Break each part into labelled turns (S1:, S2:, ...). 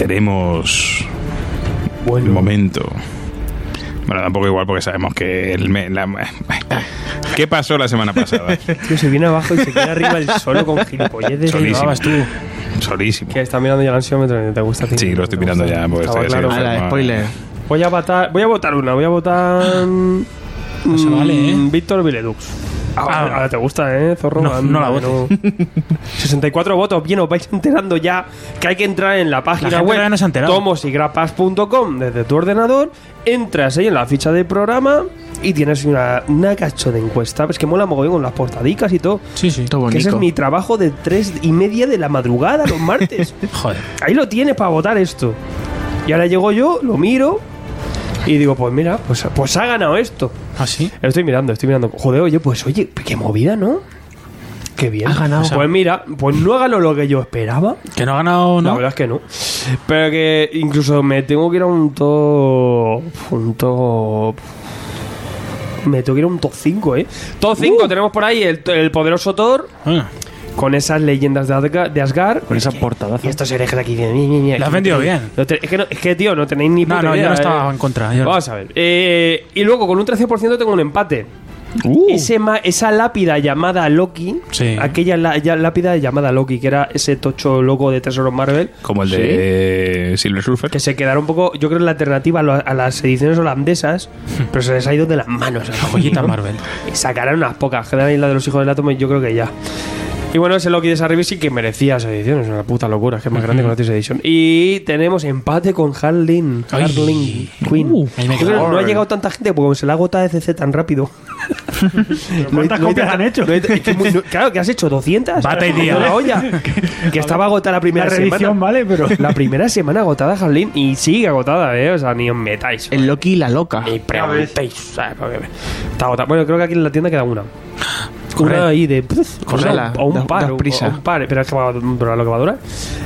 S1: haremos el momento. Bueno, tampoco igual porque sabemos que el me- la- ¿Qué pasó la semana pasada?
S2: Tío, se viene abajo y se queda arriba el solo con gilipolleces.
S1: Solísimo.
S2: Llevabas tú.
S1: Solísimo.
S2: Que está mirando ya el ansiómetro. ¿Te gusta a ti?
S1: Sí, lo estoy
S2: ¿Te
S1: mirando
S2: gusta?
S1: ya porque
S2: Estaba
S1: estoy así
S2: claro.
S1: de
S3: A
S1: enfermo.
S3: la spoiler.
S2: Voy a votar, voy a votar una. Voy a votar. No
S4: Ah. se vale, ¿eh?
S2: Víctor Viledux. Ah, ahora te gusta, ¿eh, zorro?
S4: No, no la voto.
S2: no. 64 votos. Bien, os vais enterando ya que hay que entrar en la página
S4: La gente
S2: web
S4: todavía no se ha enterado.
S2: tomosygrapas.com desde tu ordenador. Entras ahí en la ficha de programa y tienes una, una cacho de encuesta. Es que mola mogollón con las portadicas y todo.
S4: Sí, sí.
S3: Todo
S2: Que ese es
S3: bonito.
S2: mi trabajo de tres y media de la madrugada los martes.
S4: Joder.
S2: Ahí lo tienes para votar esto. Y ahora llego yo, lo miro y digo, pues mira, pues, pues ha ganado esto.
S4: ¿Así?
S2: Estoy mirando, estoy mirando. Joder, oye, pues oye, qué movida, ¿no? Qué bien.
S3: Ha ganado.
S2: Pues mira, pues no ha ganado lo que yo esperaba.
S4: que no ha ganado,
S2: La
S4: ¿no?
S2: verdad es que no. Pero que incluso me tengo que ir a un top. Un top. Me tengo que ir a un top 5, ¿eh? Top
S3: Uh.
S2: 5 tenemos por ahí el, el poderoso Thor
S4: Ah,
S2: con esas leyendas de Asga- de Asgard.
S5: Con esa portada.
S2: Y estos herejes de aquí dicen, "Ni, ni, ni,
S4: Lo has
S2: aquí
S4: vendido
S2: no tenéis-
S4: bien.
S2: no te- es, que no- es que, tío, no tenéis ni
S4: No,
S2: puta
S4: no, yo
S2: idea, eh.
S4: no estaba en contra. yo no.
S2: Vamos a ver. Eh, y luego, con un 13% tengo un empate.
S5: Uh.
S1: Uh,
S2: Ese ma- esa lápida llamada Loki,
S4: Sí.
S2: aquella la- ya lápida llamada Loki, que era ese tocho loco de Tesoros Marvel,
S1: Como el de Silver Surfer.
S2: que se quedaron un poco, yo creo, en la alternativa a, lo- a las ediciones holandesas, pero se les ha ido de las manos.
S4: La Hmm. joyita Marvel.
S2: Y sacarán unas pocas. Quedan la de los hijos del átomo y yo creo que ya. Y bueno, ese Loki de esa revista sí que merecía esa edición. Es una puta locura. Es que es más grande que no tienes edición. Y tenemos empate con Harling.
S4: Ay.
S2: Harling Queen.
S4: Uh, ahí me
S2: Yo creo que no ha
S4: cago.
S2: llegado tanta gente porque como se la agota ECC tan rápido.
S5: ¿Cuántas copias han hecho?
S2: No hay- es que muy- no- claro, que has hecho 200.
S4: Bata y día.
S2: La olla. que estaba agotada la
S5: La
S2: primera
S5: revisión,
S2: semana.
S5: ¿vale? Pero.
S2: La primera semana agotada Harling y sigue agotada, ¿eh? O sea, ni os metáis.
S3: El Loki y la loca.
S2: Y preguntéis, ¿sabes? Porque Está agotado. Bueno, creo que aquí en la tienda queda una. Una ahí de. pues,
S3: Correla,
S2: o un
S3: da-
S2: par.
S3: da
S2: o-
S3: prisa.
S2: o un par. Pero es que va a durar lo que va a durar.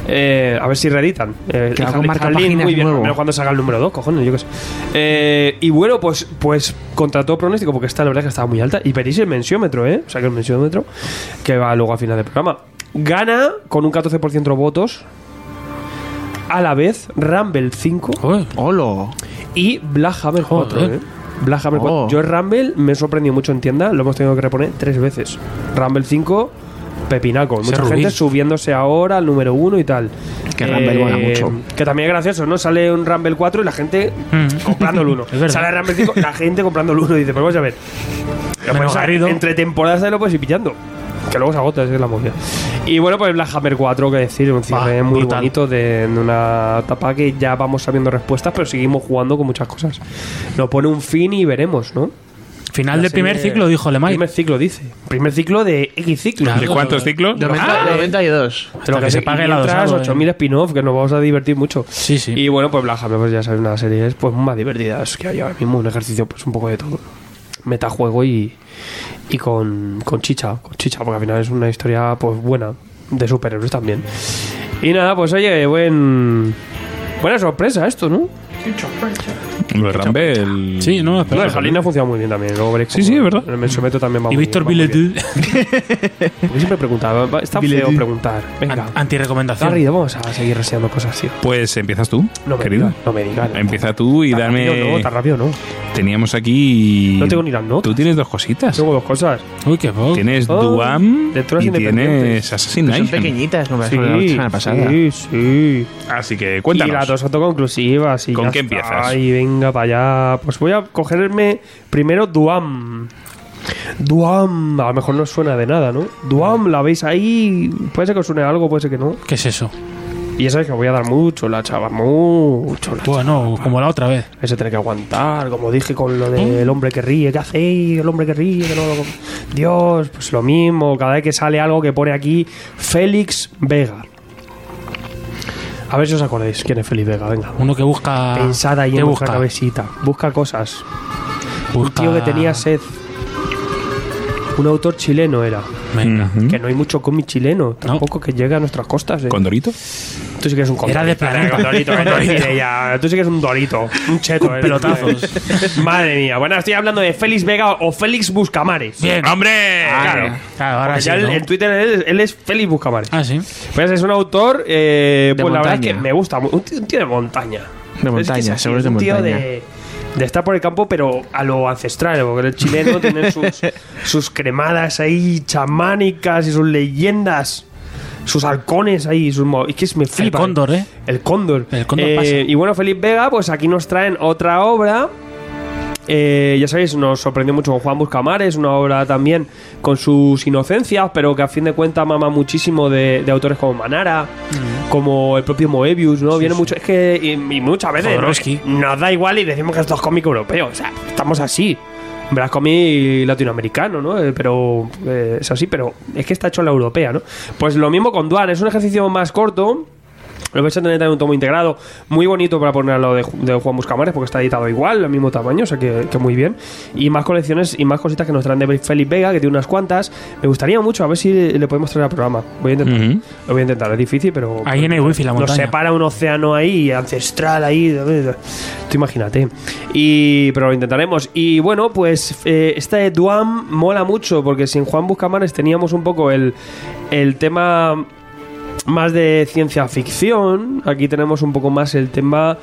S2: Eh, a ver si reeditan. Eh,
S3: Que
S2: y
S3: algo
S2: Harley-
S3: marca
S2: Harley,
S3: páginas
S2: muy bien.
S3: nuevo.
S2: Pero cuando salga el número 2, cojones, yo qué sé. Eh, y bueno, pues, pues contra todo pronóstico, porque esta la verdad es que estaba muy alta. Y veréis el mensiómetro, ¿eh? O sea, que el mensiómetro que va luego a final del programa. Gana con un 14% de votos. A la vez, Rumble 5
S4: Uy,
S3: Olo.
S2: y Black Hammer 4.
S4: Joder.
S2: ¿eh? Black Hammer 4.
S3: Oh.
S2: Yo Rumble me he sorprendido mucho en tienda, lo hemos tenido que reponer tres veces. Rumble 5, pepinaco. Mucha
S4: rubí.
S2: gente subiéndose ahora al número 1 y tal. Eh,
S3: Que Rumble mola mucho.
S2: Que también es gracioso, ¿no? Sale un Rumble 4 y la gente
S3: Mm.
S2: comprando el 1.
S4: Es verdad.
S2: Sale Rumble 5, la gente comprando el 1 dice, pues vamos a ver. Lo
S4: Menos
S2: puedes sacar
S4: Garrido.
S2: entre temporadas ahí lo puedes ir pillando. Que luego se agota, esa es la movida. Y bueno, pues Black Hammer 4, que decir, un cierre
S4: Bah,
S2: muy
S4: brutal.
S2: bonito de, de una etapa que ya vamos sabiendo respuestas, pero seguimos jugando con muchas cosas. Nos pone un fin y veremos, ¿no?
S4: Final del primer
S2: serie-
S4: ciclo, dijo Lemay.
S2: Primer ciclo, dice. Primer ciclo de X ciclo.
S1: ¿De cuántos ciclos?
S3: 90 92.
S4: Hasta que se pague el
S2: otras
S4: adosado, eh.
S2: 8000 spin-off, que nos vamos a divertir mucho.
S4: Sí, sí.
S2: Y bueno, pues Black Hammer, pues ya sabes, una serie pues más divertidas que hay ahora mismo, un ejercicio pues un poco de todo. Metajuego y, y con, con chicha, con chicha, porque al final es una historia pues buena, de superhéroes también. Y nada, pues oye, buen buena sorpresa esto, ¿no?
S1: Lo de Rumble.
S4: Sí, no,
S2: No,
S4: espera.
S2: el Jalín ha funcionado muy bien también. Luego veréis
S1: Sí, sí, es verdad.
S2: El mensumeto también va
S4: Y
S2: muy
S4: Víctor
S2: bien, va muy bien.
S4: Villetú,
S2: Porque siempre preguntaba, va- está feo
S5: Villetú.
S2: preguntar. Venga,
S4: antirecomendación.
S2: Garrido, vamos a seguir reseñando cosas así.
S1: Pues empiezas tú,
S2: No me
S1: querido.
S2: digas, no me digas.
S1: Empieza tú y
S2: Tan rápido
S1: dame.
S2: No, tan rápido no.
S1: Teníamos aquí.
S2: No tengo ni las notas.
S1: Tú tienes dos cositas.
S2: Tengo dos cosas.
S4: Uy, qué poco.
S1: Tienes
S2: Oh,
S1: Duam
S2: lecturas
S1: y
S2: independientes.
S1: tienes Assassin's
S3: Son
S1: Nation.
S3: pequeñitas, no me las acordaba Pues la semana pasada.
S2: sí, sí.
S1: Así que
S2: Y las dos
S1: cuéntanos.
S2: autoconclusivas. Y
S1: ¿Con
S2: ya
S1: qué
S2: está.
S1: empiezas?
S2: Ay, venga para allá. Pues voy a cogerme primero Duam. Duam, a lo mejor no os suena de nada, ¿no? Duam, la veis ahí. Puede ser que os suene algo, puede ser que no.
S4: ¿Qué es eso?
S2: Y ya sabéis que voy a dar mucho la chava, mucho la
S4: Bueno, como la otra vez.
S2: Ese tiene que aguantar, como dije con lo del hombre que ríe, ¿qué hacéis? El hombre que ríe, que no lo- Dios, pues lo mismo, cada vez que sale algo que pone aquí Félix Vega. A ver si os acordáis quién es Félix Vega, venga.
S4: Uno que busca.
S2: Pensad ahí
S4: ¿Qué
S2: en vuestra
S4: Ah, busca? Ah.
S2: cabecita. Busca cosas. Un
S4: Busca-
S2: tío que tenía sed. Un autor chileno era.
S4: Venga.
S1: Ujú.
S2: Que no hay mucho cómic chileno, tampoco que llegue a nuestras costas. eh.
S1: ¿Condorito?
S2: Tú sí que eres un
S4: Era de
S2: Dorito,
S4: planeta.
S2: Dorito, vete a decir ella. Tú sí que eres un dorito, un cheto. eres.
S4: pelotazos.
S2: Madre mía. Bueno, estoy hablando de Félix Vega o Félix Buscamares.
S4: Bien.
S1: ¡Hombre!
S2: Claro.
S4: Claro, ahora
S2: Porque
S4: Ah, sí.
S2: Ah, ya el-
S4: ¿no?
S2: en Twitter él, es- él es Félix Buscamares.
S4: Ah, sí.
S2: Pues es un autor, eh,
S3: De
S2: pues la verdad es
S3: montaña.
S2: que me gusta. mu- Un tío, un tío de montaña.
S3: De montaña,
S2: así,
S3: seguro es de
S2: un tío
S3: montaña.
S2: De, de estar por el campo, pero a lo ancestral, porque el chileno tiene sus, sus cremadas ahí chamánicas y sus leyendas, sus halcones ahí. Sus, mo- es que es- me
S4: El
S2: flipa.
S4: cóndor, ¿eh?
S2: El cóndor.
S4: El cóndor
S2: Eh,
S4: pasa.
S2: Y bueno, Felipe Vega, pues aquí nos traen otra obra. Eh, ya sabéis, nos sorprendió mucho con Juan Buscamares, una obra también con sus inocencias, pero que a fin de cuentas mama muchísimo de, de autores como Manara, como el propio Moebius, ¿no? Viene mucho, es que y, y muchas veces
S4: Jodorowsky.
S2: nos, nos da igual y decimos que esto es cómico europeo, o sea, estamos así. Verás cómic latinoamericano, ¿no? Eh, Pero eh, es así, pero es que está hecho en la europea, ¿no? Pues lo mismo con Duan, es un ejercicio más corto, lo vais a tener también un tomo integrado, muy bonito para poner al lado de, Ju- de Juan Buscamares, porque está editado igual, al mismo tamaño, o sea que, que muy bien. Y más colecciones y más cositas que nos traen de Félix Vega, que tiene unas cuantas. Me gustaría mucho, a ver si le podemos traer al programa. Voy a intentar,
S1: Ujú.
S2: lo voy a intentar, es difícil, pero.
S4: Ahí en el wifi la
S2: Nos
S4: montaña.
S2: separa un océano ahí, ancestral ahí. Tú imagínate. Y, pero lo intentaremos. Y bueno, pues eh, este Duam mola mucho, porque sin Juan Buscamares teníamos un poco el, el tema más de ciencia ficción. Aquí tenemos un poco más el tema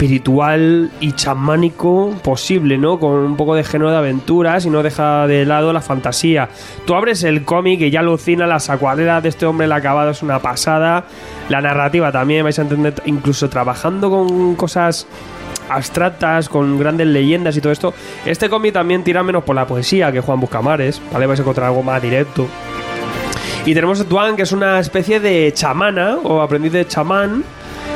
S2: espiritual y chamánico posible, ¿no? Con un poco de género de aventuras y no deja de lado la fantasía. Tú abres el cómic y ya alucina las acuarelas de este hombre, el acabado es una pasada. La narrativa también vais a entender, incluso trabajando con cosas abstractas, con grandes leyendas y todo esto. Este cómic también tira menos por la poesía que Juan Buscamares, ¿vale? Vais a encontrar algo más directo. Y tenemos a Tuan, que es una especie de chamana o aprendiz de chamán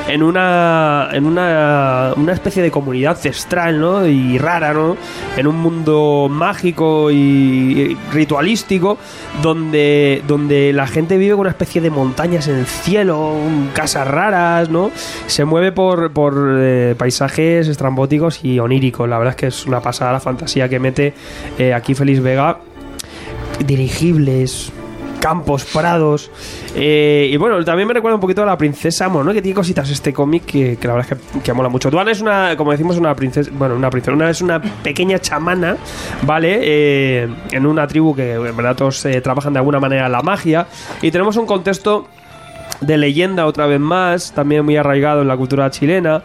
S2: en una en una, una especie de comunidad ancestral, ¿no? Y rara, ¿no? En un mundo mágico y ritualístico donde donde la gente vive con una especie de montañas en el cielo, un- casas raras, ¿no? Se mueve por por eh, paisajes estrambóticos y oníricos. La verdad es que es una pasada la fantasía que mete eh, aquí Félix Vega dirigibles, campos, prados. eh, y bueno, también me recuerda un poquito a la princesa Mono, ¿no? que tiene cositas este cómic que, que la verdad es que, que mola mucho. Duan es una, como decimos, una princesa, bueno, una princesa, una, es una pequeña chamana, ¿vale? Eh, en una tribu que en verdad todos eh, trabajan de alguna manera la magia. Y tenemos un contexto de leyenda otra vez más, también muy arraigado en la cultura chilena,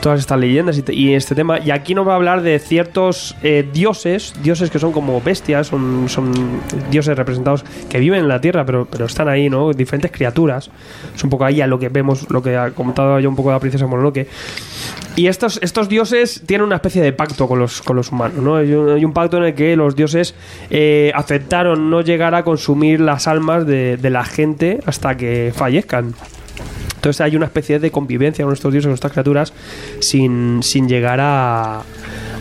S2: todas estas leyendas y, te- y este tema. Y aquí nos va a hablar de ciertos eh, dioses, dioses que son como bestias, son, son dioses representados que viven en la tierra, pero, pero están ahí, ¿no? Diferentes criaturas. Es un poco ahí a lo que vemos, lo que ha comentado yo un poco de la princesa Mononoke. Y estos, estos dioses tienen una especie de pacto con los, con los humanos, ¿no? Hay un, hay un pacto en el que los dioses eh, aceptaron no llegar a consumir las almas de, de la gente hasta que fallezcan. Entonces hay una especie de convivencia con estos dioses, con estas criaturas, sin, sin llegar a,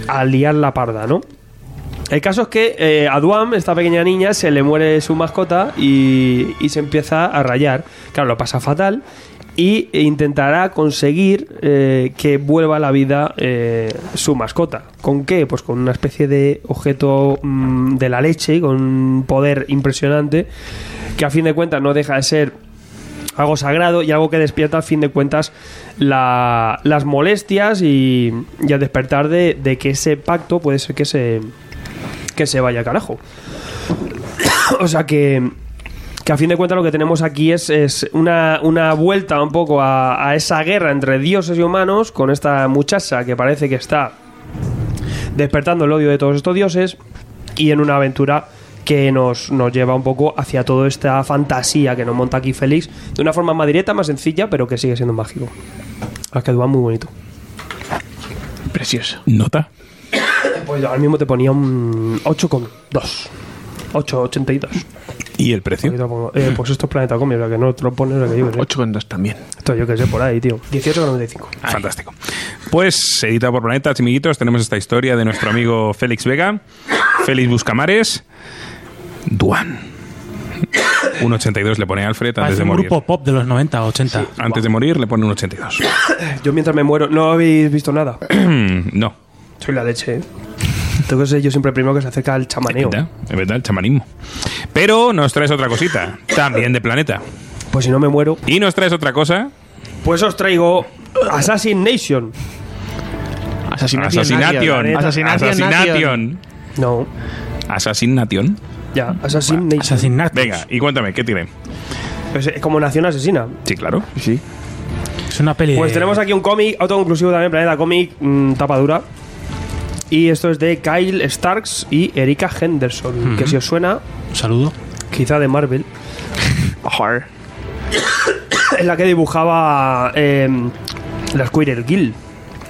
S2: a liar la parda, ¿no? El caso es que eh, a Duam, esta pequeña niña, se le muere su mascota y, y se empieza a rayar. Claro, lo pasa fatal y intentará conseguir eh, que vuelva a la vida eh, su mascota. ¿Con qué? Pues con una especie de objeto mm, de la leche, con un poder impresionante, que a fin de cuentas no deja de ser algo sagrado y algo que despierta a fin de cuentas la- las molestias y, y al despertar de, de que ese pacto puede ser que se, que se vaya al carajo. o sea que, que a fin de cuentas lo que tenemos aquí es, es una, una vuelta un poco a, a esa guerra entre dioses y humanos con esta muchacha que parece que está despertando el odio de todos estos dioses y en una aventura que nos, nos lleva un poco hacia toda esta fantasía que nos monta aquí Félix de una forma más directa, más sencilla, pero que sigue siendo mágico. Ha quedado muy bonito.
S3: Precioso.
S1: Nota.
S2: Pues ahora mismo te ponía un 8,2. 8,82.
S1: ¿Y el precio?
S2: Aquí te lo pongo. Eh, pues esto es Planeta Comics, la que no te lo pones, la que yo que sé.
S3: 8,2 también.
S2: Esto yo que sé, por ahí, tío. 18,95.
S1: Fantástico. Pues, editado por Planeta, amiguitos, tenemos esta historia de nuestro amigo Félix Vega, Félix Buscamares, Duan. 1,82 le pone Alfred antes
S4: Parece
S1: de
S4: un
S1: morir.
S4: grupo pop de los 90, 80.
S1: Antes de morir le pone un 82.
S2: Yo mientras me muero, no habéis visto nada.
S1: no.
S2: Soy la leche, eh. Tengo que ser yo siempre el primero que se acerca al chamaneo.
S1: ¿Verdad? Es verdad, el chamanismo. Pero nos traes otra cosita, también de Planeta.
S2: Pues si no me muero,
S1: Y nos traes otra cosa
S2: Pues os traigo Assassin Nation.
S3: Assassination.
S1: Assassination.
S3: Assassination.
S1: Assassination.
S2: No,
S1: Assassination.
S2: ya, Assassin Nation.
S4: Asesinatos.
S1: Venga, y cuéntame, ¿qué tiene?
S2: Pues, eh, como nación asesina.
S1: Sí, claro.
S3: Sí.
S4: Es una peli.
S2: Pues
S3: Eh.
S4: de-
S2: tenemos aquí un cómic autoconclusivo también, Planeta Cómic, mm, tapa dura. Y esto es de Kyle Starks y Erika Henderson, que si os suena,
S4: Un saludo.
S2: quizá de Marvel,
S3: Hard.
S2: es la que dibujaba eh, la Squirrel Guild,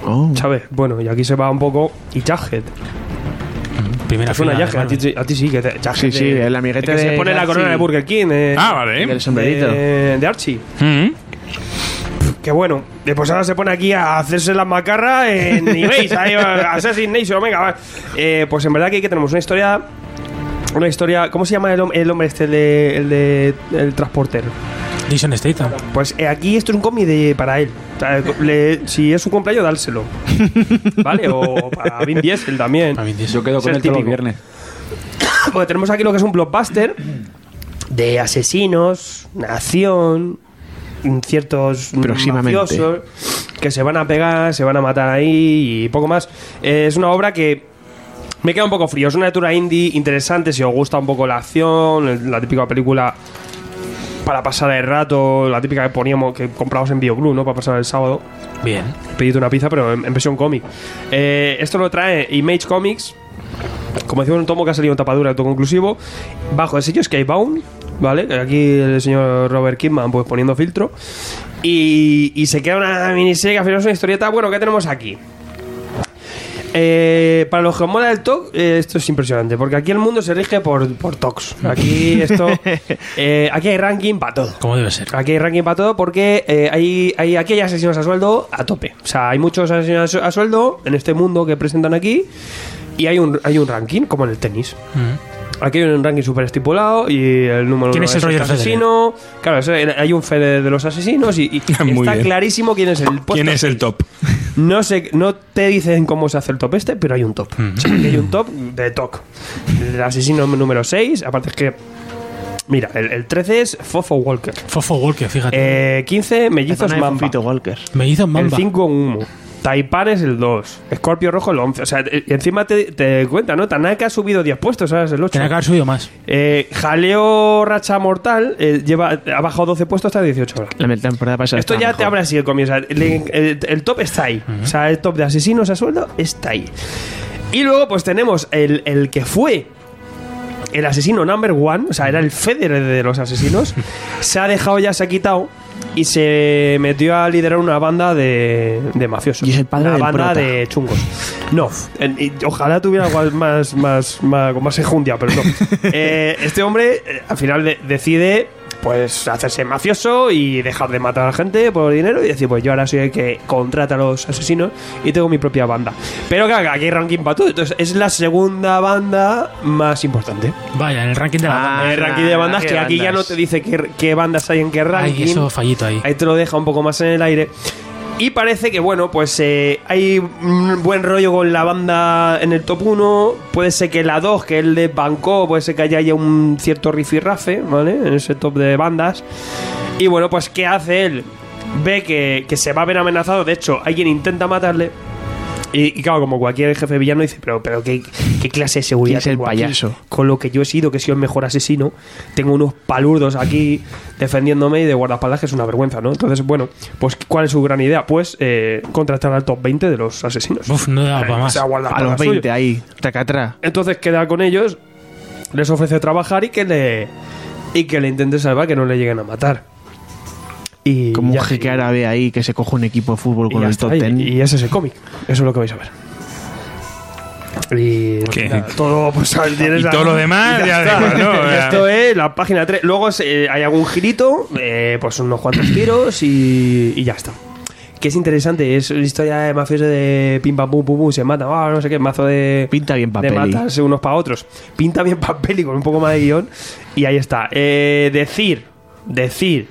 S3: Oh.
S2: ¿sabes? Bueno, y aquí se va un poco y Jaghead.
S4: Primera
S2: Te suena
S4: fila.
S2: Jaghead, a ti,
S4: hermano.
S2: sí- a ti sí, que te- Jughead
S3: Sí, sí,
S2: de-
S3: el amiguete
S2: el que se
S3: de
S2: pone la
S3: Archie.
S2: corona de Burger King. eh,
S1: Ah, vale.
S3: Del sombrerito.
S2: de- de Archie.
S1: Mm.
S2: Que bueno, eh, pues ahora se pone aquí a hacerse las macarras en eBay, ahí va, Assassin's Nation, venga, va. Eh, pues en verdad que aquí tenemos una historia. Una historia. ¿Cómo se llama el, hom- el hombre este, el de. el de. el transporter?
S4: Jason Statham.
S2: Pues eh, aquí esto es un cómic de- para él. O sea, le- si es su cumpleaños, dárselo. ¿Vale? O para Vin Diesel también.
S4: A mí, tío.
S6: Yo quedo
S2: Es el
S6: con él todos los
S2: típico.
S6: viernes.
S2: Bueno, tenemos aquí lo que es un blockbuster de asesinos, nación, mm, ciertos
S3: Próximamente.
S2: mafiosos que se van a pegar, se van a matar ahí y poco más. Eh, es una obra que me queda un poco frío. Es una lectura indie interesante si os gusta un poco la acción, el- la típica película para pasar el rato, la típica que poníamos, que compramos en Bioclub, ¿no? Para pasar el sábado
S4: Bien.
S2: pedíte una pizza, pero en, en versión cómic. Eh, esto lo trae Image Comics, como decía, un tomo que ha salido en tapadura autoconclusivo, bajo el sello Skybound, ¿vale? Que Aquí el señor Robert Kidman, pues poniendo filtro. Y, y se queda una miniserie que al final es una historieta. Bueno, ¿qué tenemos aquí? Eh, para los que os mola el TOC, eh, esto es impresionante, porque aquí el mundo se rige por, por TOCs. Aquí esto. eh, aquí hay ranking para todo.
S4: ¿Cómo debe ser?
S2: Aquí hay ranking para todo porque eh, hay, hay, aquí hay asesinos a sueldo a tope. O sea, hay muchos asesinos a sueldo en este mundo que presentan aquí y hay un, hay un ranking, como en el tenis.
S4: Mm.
S2: Aquí hay un ranking súper estipulado y el número
S4: ¿Quién
S2: uno
S4: es el Roger Federer?
S2: asesino. Claro, eso, eh, hay un Federer de los asesinos y, y
S1: Muy
S2: está
S1: bien.
S2: clarísimo quién es el puesto.
S1: ¿Quién es el top?
S2: No sé, no te dicen cómo se hace el top este, pero hay un top.
S4: Mm.
S2: O sea, que hay un top de TOC. El asesino número 6, aparte es que... Mira, el, el 13 es Fofo Walker.
S4: Fofo Walker, fíjate.
S2: Eh, 15, mellizos
S3: Zona de
S2: Mamba.
S3: Fofito Walker.
S4: Me hizo mamba.
S2: El 5 un humo. Taipan es el 2. Escorpio rojo el 11. O sea, te- y encima te, te cuenta, ¿no? Tanaka ha subido 10 puestos, ahora es el 8.
S4: Tenía que haber subido más.
S2: Eh, jaleo racha mortal eh, lleva, ha bajado 12 puestos hasta 18 ahora.
S3: La temporada pasada.
S2: Esto ya te habrá sido comienzo. El,
S3: Mm.
S2: el- el top está ahí. O sea, el top de asesinos a sueldo está ahí. Y luego, pues tenemos el, el que fue el asesino number one, o sea, era el Federer de los asesinos. se ha dejado ya, se ha quitado. Y se metió a liderar una banda de, de mafiosos.
S3: Y es el padre
S2: Una
S3: del
S2: banda
S3: prota.
S2: de chungos. No. en- y ojalá tuviera algo más, más, más, con más enjundia, pero no. Eh, este hombre eh, al final de- decide pues hacerse mafioso y dejar de matar a gente por dinero y decir, pues yo ahora soy el que contrata a los asesinos y tengo mi propia banda. Pero claro, aquí hay ranking para todo. Entonces es la segunda banda más importante.
S4: Vaya, en el ranking de la.
S3: Ah,
S2: el Eh, ranking de bandas que
S3: ¿qué
S2: aquí ya no
S3: bandas?
S2: te dice qué, qué bandas hay en qué ranking.
S4: Ay, eso fallito ahí.
S2: Ahí te lo deja un poco más en el aire. Y parece que, bueno, pues eh, hay un buen rollo con la banda en el top 1. Puede ser que la 2, que es el de Bangkok, puede ser que allá haya un cierto rifirrafe, ¿vale? En ese top de bandas. Y bueno, pues ¿qué hace él? Ve que, que se va a ver amenazado. De hecho, alguien intenta matarle. Y, y claro, como cualquier jefe villano dice, pero, pero ¿qué, qué clase de seguridad
S3: ¿Quién es el
S2: tengo aquí?
S3: payaso?
S2: Con lo que yo he sido, que he sido el mejor asesino, tengo unos palurdos aquí defendiéndome y de guardaespaldas, que es una vergüenza, ¿no? Entonces, bueno, pues ¿cuál es su gran idea? Pues eh, contratar al top 20 de los asesinos. Eh,
S4: Uf, no daba para
S2: O
S4: más.
S2: sea, guardaespaldas
S3: A los
S2: suyo.
S3: 20 ahí. Tacatra.
S2: Entonces queda con ellos, les ofrece trabajar y que le y que le intente salvar, que no le lleguen a matar. Y
S3: Como un
S2: ya-
S3: jeque árabe ahí que se coge un equipo de fútbol
S2: y,
S3: con
S2: ya
S3: el
S2: está,
S3: top
S2: y-
S3: 10.
S2: y ese es el cómic. Eso es lo que vais a ver. Y pues,
S1: ¿Qué?
S2: nada, todo, pues, tienes
S1: Y
S2: la-
S1: todo lo demás,
S2: y
S1: ya
S2: está.
S1: da igual, ¿no?
S2: Y
S1: O sea-
S2: Esto es la página 3. Luego se- eh, hay algún girito, eh, pues unos cuantos tiros y, y ya está. Que es interesante, es la historia de mafiosos de pim pam pum pum pum, se mata, ah, no sé qué, mazo de
S3: Pinta bien
S2: de
S3: papel.
S2: matarse unos para otros. Pinta bien papel y con un poco más de guión. Y ahí está. Eh, decir, decir.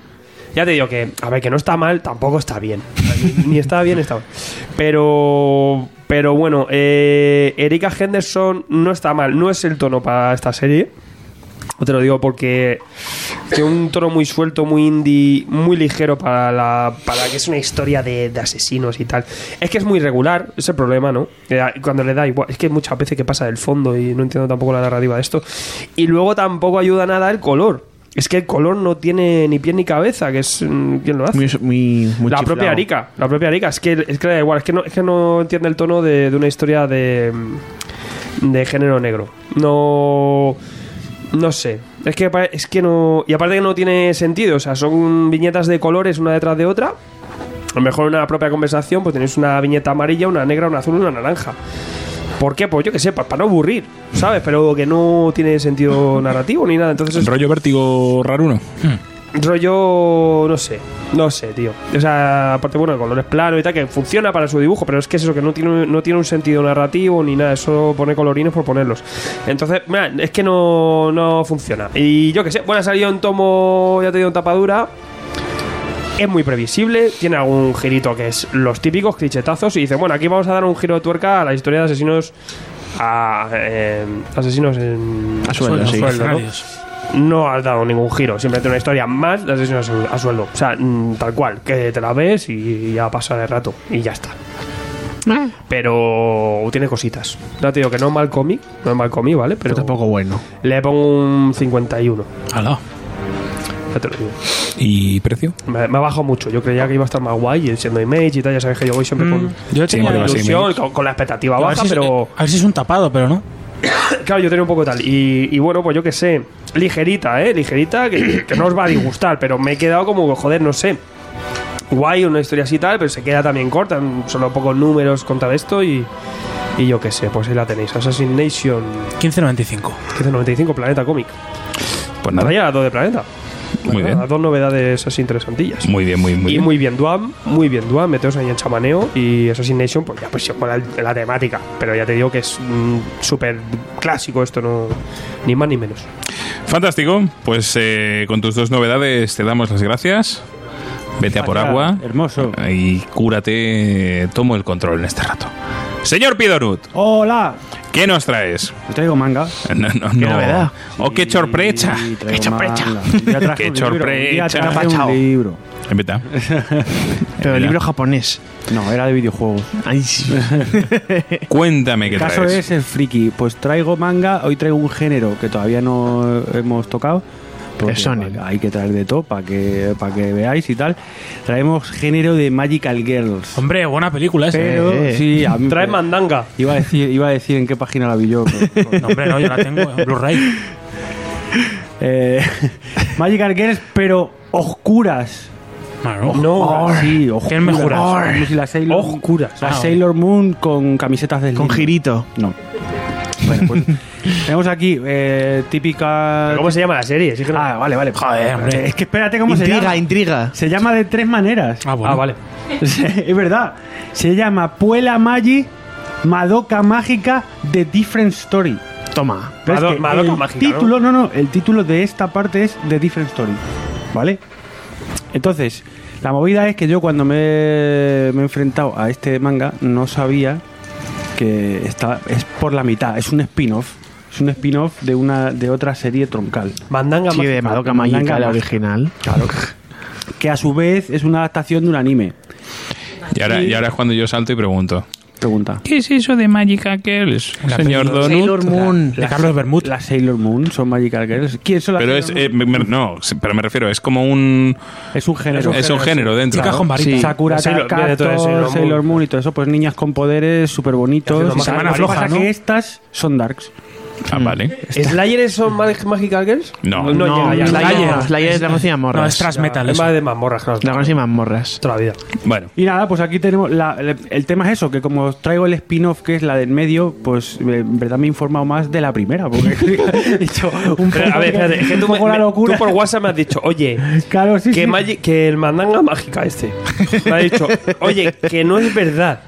S2: Ya te digo que, a ver, que no está mal, tampoco está bien. Ni- Ni está bien, está mal. Pero, pero bueno, eh, Erika Henderson no está mal. No es el tono para esta serie. No te lo digo porque tiene un tono muy suelto, muy indie, muy ligero para la para que es una historia de, de asesinos y tal. Es que es muy regular, es el problema, ¿no? Eh, Cuando le da igual, es que muchas veces que pasa del fondo y no entiendo tampoco la narrativa de esto. Y luego tampoco ayuda nada el color. Es que el color no tiene ni pie ni cabeza, que es mm, quién lo hace
S3: Muy, muy, muy
S2: la
S3: chiflado.
S2: propia Arica, la propia Arica. Es que, es que le da igual, es que no, es que no entiende el tono de, de una historia de, mm, de género negro. No. No sé. Es que, pare- es que no. Y aparte que no tiene sentido, o sea, son viñetas de colores una detrás de otra. A lo mejor en una propia conversación, pues tenéis una viñeta amarilla, una negra, una azul y una naranja. ¿Por qué? Pues yo que sé, pa- para no aburrir, ¿sabes? Pero que no tiene sentido narrativo ni nada. Entonces es-
S1: Rollo vértigo raro uno.
S2: rollo no sé no sé tío o sea aparte bueno el color es plano y tal que funciona para su dibujo pero es que es eso que no tiene no tiene un sentido narrativo ni nada eso pone colorines por ponerlos entonces mira, es que no, no funciona y yo qué sé bueno ha salido en tomo ya te digo en tapadura es muy previsible, tiene algún girito que es los típicos clichetazos y dice, bueno, aquí vamos a dar un giro de tuerca a la historia de asesinos a eh, asesinos en
S3: A sueldo, sí.
S2: sueldo, ¿no?
S4: Adiós.
S2: no has dado ningún giro, simplemente una historia más de asesinos a sueldo. O sea, mm, tal cual, que te la ves y ya pasa de rato y ya está. Pero tiene cositas. No te digo que no es mal comí, no es mal comí, ¿vale? Pero
S3: Pero tampoco bueno.
S2: le pongo un 51,
S4: Alá.
S2: ya te lo digo.
S1: ¿Y precio?
S2: Me, me ha bajado mucho, yo creía que iba a estar más guay siendo Image y tal, ya sabes que yo voy siempre con,
S4: Yo
S1: Sí,
S4: tengo
S2: con
S1: pero
S2: la
S1: sí,
S2: ilusión, con, con la expectativa
S4: A ver
S2: baja,
S4: si es-
S2: pero...
S4: A ver si es un tapado, pero no.
S2: Claro, yo tenía un poco tal. Y, y bueno, pues yo qué sé. Ligerita, ¿eh? Ligerita, que, que no os va a disgustar, pero me he quedado como, joder, no sé. Guay, una historia así tal, pero se queda también corta. en Solo pocos números contra esto y, y yo qué sé. Pues ahí la tenéis. Assassination
S4: 15.95.
S2: 1595, Planeta Comic.
S1: Pues
S2: Ahora
S1: nada.
S2: ya las dos de Planeta.
S1: Muy bien.
S2: Las dos novedades así interesantillas.
S1: Muy bien, muy, muy
S2: y
S1: bien.
S2: muy bien Duam, muy bien Duam, meteos ahí en chamaneo y Assassination, pues ya pues sí, mola el- la temática, pero ya te digo que es mm, súper clásico esto, no ni más ni menos.
S1: Fantástico. Pues eh, con tus dos novedades te damos las gracias. Vete a por agua
S5: Hermoso.
S1: y cúrate. Tomo el control en este rato. Señor Pidorut,
S5: Hola.
S1: ¿qué nos traes?
S5: Os traigo manga.
S1: No, no, no.
S3: novedad.
S1: ¡Oh, qué sorpresa!
S5: Sí, traigo
S3: Qué sorpresa.
S5: manga. Un día traje
S1: Qué
S5: un libro, un día
S1: sorpresa.
S5: traje
S3: Chao.
S5: un libro.
S1: Empieza.
S3: Pero el libro japonés.
S5: No, era de videojuegos.
S3: Ay, sí.
S1: Cuéntame qué
S5: El caso
S1: traes.
S5: es el friki. Pues traigo manga, hoy traigo un género que todavía no hemos tocado. porque
S3: El shonen.
S5: Hay que traer de todo para que, para que veáis y tal. Traemos género de Magical Girls.
S4: Hombre, buena película esa. ¿eh?
S5: Pero,
S3: eh.
S5: sí, a mí-
S2: Trae mandanga.
S5: Iba a, decir, iba a decir en qué página la vi yo. pero-
S4: No, hombre, no, yo la tengo en Blu-ray.
S5: Eh, Magical Girls, pero oscuras.
S4: Bueno,
S2: No,
S5: Sí, oscuras.
S4: ¿Quién me jura?
S5: Como eh, si la Sailor,
S2: Oscuras.
S5: La
S4: Ah,
S5: Sailor Moon con camisetas de
S3: Con
S5: lino.
S3: girito.
S5: No. Bueno, pues tenemos aquí eh, típica...
S2: ¿Cómo se llama la serie? Sí que no-
S5: Ah, vale, vale.
S4: Joder, hombre.
S5: Eh, Es que espérate cómo se
S3: Intriga,
S5: llama.
S3: intriga.
S5: Se llama de tres maneras.
S4: Ah, bueno.
S2: Ah, vale.
S5: es verdad. Se llama Puela Magi, Madoka Mágica, The Different Story.
S3: Toma.
S5: Pero es
S2: Mado-
S5: que
S2: Madoka
S5: el
S2: Mágica, ¿no?
S5: título, ¿no? no, el título de esta parte es The Different Story, ¿vale? Entonces, la movida es que yo cuando me, me he enfrentado a este manga no sabía que está, es por la mitad, es un spin-off. Es un spin-off de una de otra serie troncal.
S2: Mandanga
S3: Sí, de
S2: mágica.
S3: Madoka
S5: Manga
S3: Magica, la
S5: mágica.
S3: original.
S5: Claro. Que a su vez es una adaptación de un anime.
S1: Y ahora, y ahora es cuando yo salto y pregunto.
S5: Pregunta.
S1: ¿Qué es eso de Magica Girls, señor Donut?
S3: Sailor Moon.
S4: De Carlos Bermud.
S5: Las Sailor Moon son Magical Girls. ¿Quién son las
S1: Pero es,
S5: Sailor
S1: eh, me- me- no, se- pero me refiero, es como un,
S5: Moon? es un género.
S1: es un género dentro.
S4: Chicas con
S1: ¿no?
S4: varita.
S3: Sí.
S5: Sakura
S2: Sailor-
S5: Card
S2: viene todo de
S5: Captor,
S2: Sailor
S5: Sailor,
S2: Moon.
S5: Moon y todo eso, pues niñas con poderes súper bonitos.
S2: Haciendo
S5: Y
S2: Semana
S5: lo que
S4: floja,
S5: pasa
S4: ¿no?
S5: que estas son darks.
S1: Ah, vale.
S2: ¿Slayer son mag- Magical Girls?
S1: No.
S2: no, llega ya.
S4: Slayer.
S3: no, Slayer es Dragones y
S4: No, es
S3: Mazmorras.
S4: tras metal.
S2: Es
S4: eso.
S2: más de mazmorras, claro.
S3: Dragones y Mazmorras.
S2: Toda la vida.
S1: Bueno,
S5: Y nada, pues aquí tenemos. la- el, el tema es eso: que como os traigo el spin-off, que es la del medio, pues eh, en verdad me he informado más de la primera. Porque he dicho un poco.
S2: Pero, a ver, espérate, es que tú,
S5: un
S2: me-
S5: poco la
S2: me-
S5: locura.
S2: tú por WhatsApp me has dicho, oye,
S5: Claro, sí.
S2: que,
S5: sí.
S2: magi- que el mandanga mágica este. Me ha dicho, oye, que no es verdad.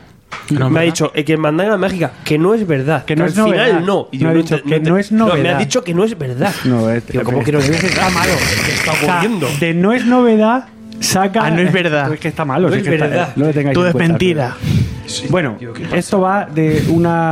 S4: No,
S2: me ha
S4: ¿verdad?
S2: dicho eh, que el mandanga mágica, que no es verdad.
S5: Que no
S2: al
S5: es novedad.
S2: final no.
S5: Me ha dicho
S2: ente-
S5: que
S2: ente-
S5: no es
S2: me ha
S5: novedad.
S2: dicho que no es verdad.
S5: No, eh,
S2: Pero ¿cómo que no es verdad? Está malo. ¿Qué está
S5: O sea,
S2: ocurriendo?
S5: de no es novedad, saca.
S3: Ah, no es verdad.
S5: Es que está malo.
S2: No
S5: sí
S2: es
S5: que está-
S2: verdad.
S5: no lo tengáis
S3: Tú
S5: en
S3: es
S5: cuenta,
S3: mentira.
S5: pero- Bueno, esto va de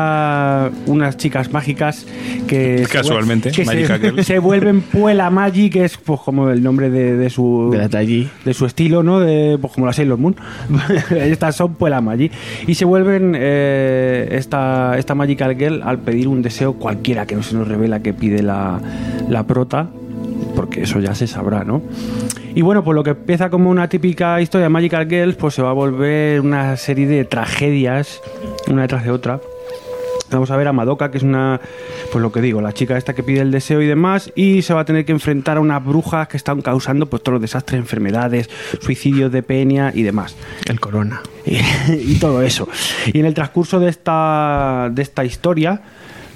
S5: una, unas chicas mágicas que... se vuel-
S1: Casualmente,
S5: que
S1: Magic
S5: se,
S1: Girl.
S5: se vuelven Puela Magic, que es pues, como el nombre de, de su...
S3: De la Talli.
S5: de su estilo, ¿no? De, pues como la Sailor Moon. Estas son pues la Magic. Y se vuelven eh, esta, esta Magical Girl al pedir un deseo cualquiera que no se nos revela que pide la, la prota, porque eso ya se sabrá, ¿no? Y bueno, pues lo que empieza como una típica historia de Magical Girls, pues se va a volver una serie de tragedias, una detrás de otra. Vamos a ver a Madoka, que es una, pues lo que digo, la chica esta que pide el deseo y demás, y se va a tener que enfrentar a unas brujas que están causando pues todos los desastres, enfermedades, suicidios de peña y demás.
S3: El corona.
S5: Y, y todo eso. Y en el transcurso de esta, de esta historia,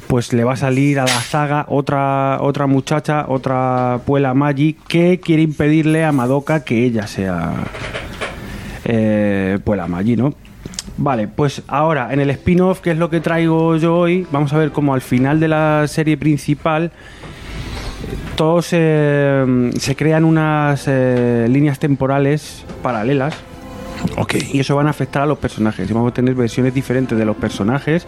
S5: pues le va a salir a la saga otra, otra muchacha, otra puela Magi, que quiere impedirle a Madoka que ella sea eh, puela Magi, ¿no? Vale, pues ahora en el spin-off, que es lo que traigo yo hoy, vamos a ver cómo al final de la serie principal todos eh, se crean unas eh, líneas temporales paralelas
S1: Ok.
S5: y eso van a afectar a los personajes. Y vamos a tener versiones diferentes de los personajes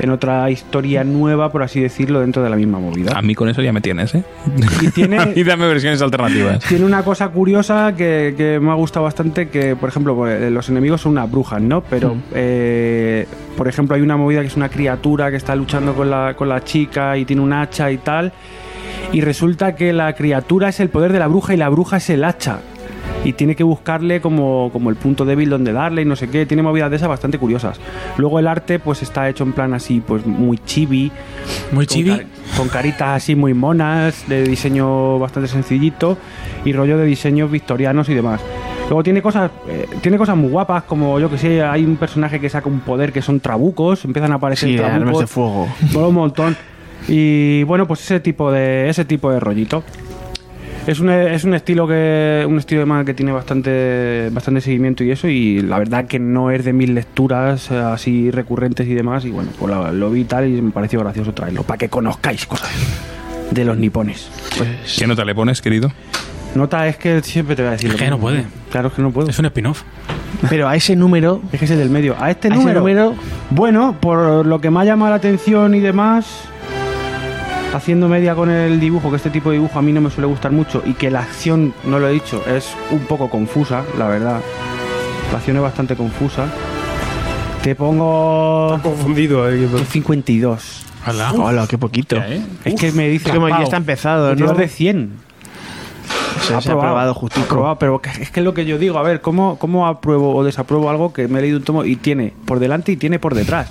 S5: en otra historia nueva, por así decirlo, dentro de la misma movida.
S1: A mí con eso ya me tienes, ¿eh?
S5: Y tiene,
S1: A mí dame versiones alternativas.
S5: tiene una cosa curiosa que, que me ha gustado bastante, que por ejemplo pues, eh, los enemigos son unas brujas, ¿no? Pero, eh, por ejemplo, hay una movida que es una criatura que está luchando con la, con la chica y tiene un hacha y tal. Y resulta que la criatura es el poder de la bruja y la bruja es el hacha. Y tiene que buscarle como, como el punto débil donde darle y no sé qué. Tiene movidas de esas bastante curiosas. Luego el arte pues está hecho en plan así, pues muy chibi.
S4: Muy
S5: Con
S4: chibi.
S5: car- Con caritas así muy monas, de diseño bastante sencillito y rollo de diseños victorianos y demás. Luego tiene cosas, eh, tiene cosas muy guapas, como yo que sé, hay un personaje que saca un poder que son trabucos, empiezan a aparecer
S3: Sí, armas
S5: trabucos,
S3: de fuego.
S5: mola un montón. Y bueno, pues ese tipo de ese tipo de rollito. Es un, es un estilo que un estilo de manga que tiene bastante bastante seguimiento y eso y la verdad que no es de mis lecturas eh, así recurrentes y demás y bueno pues la- lo vi y tal y me pareció gracioso traerlo para que conozcáis cosas de los nipones.
S1: ¿Qué nota le pones, querido?
S5: Nota es que siempre te voy a decir lo
S4: Es que no
S5: mismo.
S4: puede.
S5: Claro es que no puedo.
S4: Es un spin-off.
S3: Pero a ese número.
S5: Es que es el del medio. A este
S3: A ese
S5: número,
S3: número-
S5: Bueno, por lo que me ha llamado la atención y demás. Haciendo media con el dibujo, que este tipo de dibujo a mí no me suele gustar mucho y que la acción, no lo he dicho, es un poco confusa, la verdad. La acción es bastante confusa. Te pongo
S2: Confundido, eh.
S5: un 52.
S4: Hola.
S3: Hola, qué poquito.
S4: Ah. Ya, ¿eh?
S5: Es que me dice
S3: Es como
S5: "Apao".
S3: ya está empezado,
S5: Yo
S3: ¿no?
S5: de 100.
S3: Se, se ha aprobado justico.
S5: Aprobado, pero que- es que es lo que yo digo. A ver, ¿cómo, ¿cómo apruebo o desapruebo algo que me he leído un tomo y tiene por delante y tiene por detrás?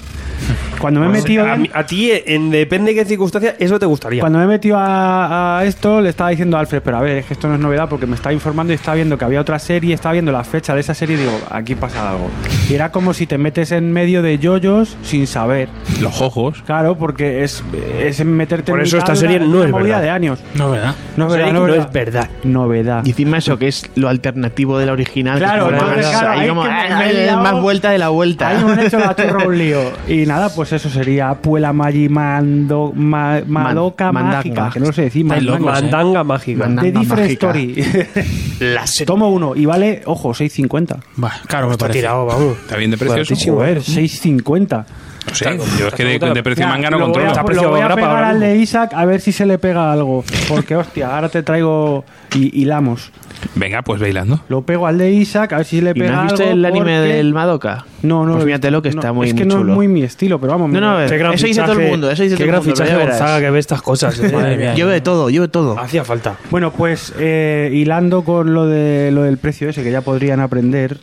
S5: Cuando me he metido,
S2: Pues, a, mí- a ti, eh, en depende de qué circunstancia, eso te gustaría.
S5: cuando me he metido a, a esto, le estaba diciendo a Alfred, pero a ver, es que esto no es novedad porque me estaba informando y estaba viendo que había otra serie, estaba viendo la fecha de esa serie y digo, aquí pasa algo. Y era como si te metes en medio de yoyos sin saber.
S1: Los ojos.
S5: Claro, porque es, es meterte
S2: Por
S5: en
S2: eso
S5: mitad
S2: esta
S5: de una-
S2: serie no
S5: una
S2: es
S5: movida
S2: verdad.
S5: de años.
S4: No, ¿verdad?
S5: No es
S2: Serie
S5: verdad,
S2: que
S5: no,
S2: no
S5: es
S2: es
S5: verdad.
S2: verdad.
S5: Novedad.
S3: Y encima eso que es lo alternativo del original.
S5: Claro,
S3: que es
S5: entonces,
S3: más,
S5: claro,
S3: ahí
S5: ahí
S3: como,
S5: es que me
S3: ah,
S5: han liado.
S3: más vuelta de la vuelta.
S5: Ahí me han hecho la chorra un lío. Y nada, pues eso sería Puela Magi Mando, Ma- Madoka
S3: mandanga.
S5: Mágica, que no sé decir,
S4: Estáis
S5: mandanga.
S4: locos,
S2: Mandanga mágica.
S3: Mandanga.
S5: The Different
S3: mágica.
S5: Story.
S3: La se-
S5: Tomo uno y vale, ojo, 6.50.
S4: Va, claro, me
S2: Está
S4: parece.
S2: tirado, vamos.
S1: ¿Está bien de precios?
S2: Baratísimo, eh.
S5: 6.50.
S1: No sé, yo es que de, de precio
S5: Ya,
S1: manga no
S5: lo voy a-
S1: controlo.
S2: Está
S5: Lo
S2: precio
S5: voy a
S2: grapa
S5: pegar
S2: ahora
S5: al
S2: mismo.
S5: de Isaac a ver si se le pega algo. Porque, hostia, ahora te traigo y, y lamos.
S1: Venga, pues bailando.
S5: Lo pego al de Isaac a ver si le
S3: ¿Y
S5: pega
S3: no has visto
S5: algo
S3: el anime
S5: porque-
S3: del Madoka?
S5: No, no.
S3: Pues
S5: lo-
S3: míratelo, que está
S5: no,
S3: muy-
S5: Es que
S3: muy
S5: no
S3: chulo.
S5: es muy mi estilo, pero vamos.
S3: No, no,
S5: mira.
S3: eh,
S2: Qué gran
S3: eso dice todo el
S2: fichaje-
S3: mundo, eso dice
S2: qué
S3: todo el
S2: gran
S3: mundo, pero
S2: fichaje
S3: ya verás.
S2: Gonzaga que ve estas cosas. eh.
S4: Madre mía.
S3: Yo veo de todo, yo veo de todo.
S2: Hacía falta.
S5: Bueno, pues eh, hilando con lo, de, lo del precio ese que ya podrían aprender,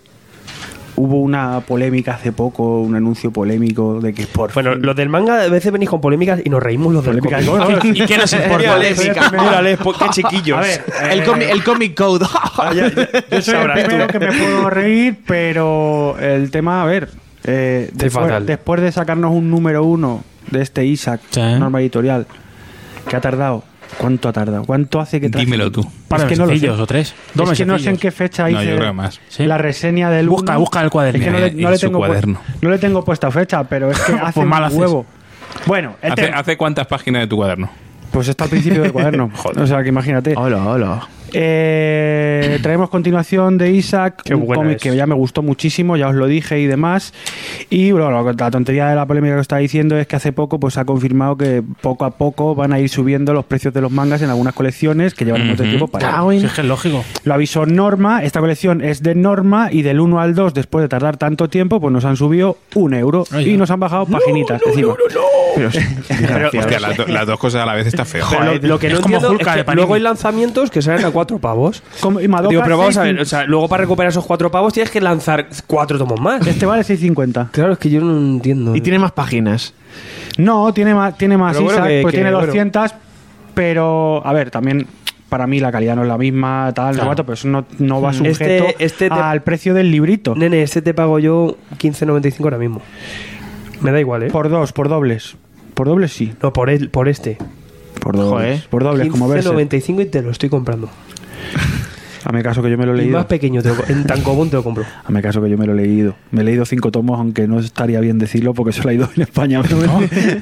S5: hubo una polémica hace poco, un anuncio polémico de que por
S2: Bueno, los del manga a veces venís con polémicas y nos reímos los del
S5: Polémica,
S2: cómic.
S5: ¿no?
S2: ¿Y qué nos importa?
S3: Polémica.
S2: Mírales, po- pues, qué chiquillos.
S5: A ver,
S3: El,
S5: eh,
S3: comi- el Comic Code.
S2: Ya- ya-
S5: yo soy el
S2: sabrás tú.
S5: primero que me puedo reír, pero el tema, a ver, eh,
S2: Estoy
S5: después,
S2: fatal.
S5: después de sacarnos un número uno de este Isaac,
S4: Sí.
S5: norma editorial, que ha tardado, ¿cuánto ha tardado? ¿Cuánto hace que traje?
S1: Dímelo tú.
S4: Par
S5: Es
S4: de
S5: que no lo sé.
S4: mesecillos o tres. Dos
S5: es que no sé en
S4: mesecillos.
S5: qué fecha
S1: No,
S5: hice
S1: yo creo que más.
S4: ¿Sí?
S5: la reseña del
S4: Busca,
S5: uno.
S4: busca el cuaderno.
S5: Es que no le,
S1: Eh,
S5: no le
S1: en su
S5: tengo pu-
S1: cuaderno.
S5: no le tengo puesta fecha, pero es que hace
S4: Pues mal
S5: un
S4: haces.
S5: huevo. Bueno, el
S1: ¿Hace,
S5: tema-
S1: hace cuántas páginas de tu cuaderno?
S5: pues está al principio del cuaderno. o sea, que imagínate.
S3: Hola, hola.
S5: Eh, traemos continuación de Isaac,
S2: Qué
S5: un
S2: buena
S5: cómic
S2: es.
S5: que ya me gustó muchísimo, ya os lo dije y demás. Y bueno, lo- la tontería de la polémica que os estaba diciendo es que hace poco pues ha confirmado que poco a poco van a ir subiendo los precios de los mangas en algunas colecciones que llevan mucho
S1: Ujú.
S5: tiempo para.
S3: Cago en-
S4: Si es que es lógico.
S5: Lo avisó Norma, esta colección es de Norma y del 1 al 2, después de tardar tanto tiempo, pues nos han subido un euro
S4: Ay,
S5: y
S4: ya.
S5: nos han bajado paginitas. encima.
S1: Pero, hostia, las, do- las dos cosas a la vez está feo.
S2: Pero lo, lo que
S4: es
S2: no
S4: como
S2: entiendo
S4: Hulka
S2: es que
S4: de Panini.
S2: luego hay lanzamientos que salen a cuatro pavos.
S5: Como- y Madoka,
S2: Digo, pero vamos a ver, o
S5: 6,50.
S2: sea, luego para recuperar esos cuatro pavos tienes que lanzar cuatro tomos más.
S5: Este vale 6.50.
S2: Claro, es que yo no entiendo.
S3: Y tiene más páginas.
S5: No, tiene más, tiene más
S2: Pero bueno,
S5: Isaac,
S2: que-
S5: pues
S2: que,
S5: tiene
S2: bueno.
S5: 200, pero a ver, también para mí la calidad no es la misma, tal,
S2: Claro.
S5: pero eso no, no va
S2: Este-
S5: sujeto
S2: este te-
S5: al precio del librito.
S2: Nene, este te pago yo 15.95 ahora mismo. Me da igual, ¿eh?
S5: Por dos, por dobles. Por dobles sí.
S2: No, por, el, por este.
S5: Por
S3: dobles.
S5: Por dobles, como ves.
S2: 15.95 y te lo estoy comprando.
S5: Hazme caso que yo me lo he
S2: Y más
S5: leído.
S2: pequeño, te lo- en tan común te lo compro.
S5: Hazme caso que yo me lo he leído. Me he leído cinco tomos, aunque no estaría bien decirlo porque solo hay dos en España.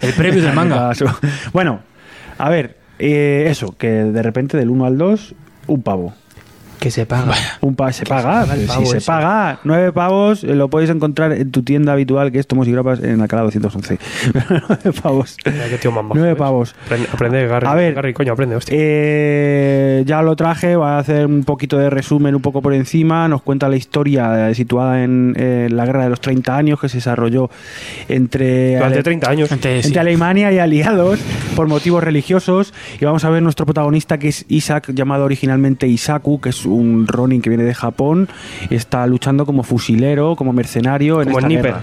S4: El previo del manga.
S5: Caso. Bueno, a ver, eh, eso, que de repente del 1 al 2, un pavo.
S2: Que se paga.
S5: Un pa- se
S2: Que se
S5: paga,
S2: paga el
S5: pero
S2: pavo
S5: si se
S2: ese.
S5: paga, nueve pavos eh, lo podéis encontrar en tu tienda habitual que es Tomos y Grapas en Alcalá 211. nueve pavos.
S2: Mira, qué tío más bajo,
S5: Nueve
S2: ¿ves?
S5: pavos.
S2: Aprende, aprende, Garry.
S5: A ver.
S2: Garry, coño, aprende, hostia.
S5: Eh, ya lo traje, va a hacer un poquito de resumen un poco por encima, nos cuenta la historia eh, situada en eh, la guerra de los 30 años que se desarrolló entre...
S2: Durante
S5: Ale-
S2: 30 años.
S4: Antes, sí.
S5: eh, entre Alemania y aliados por motivos religiosos. Y vamos a ver nuestro protagonista que es Isaac, llamado originalmente Isaku, que es un ronin que viene de Japón. Está luchando como fusilero, como mercenario en
S2: Como
S5: esta
S2: sniper.
S5: guerra.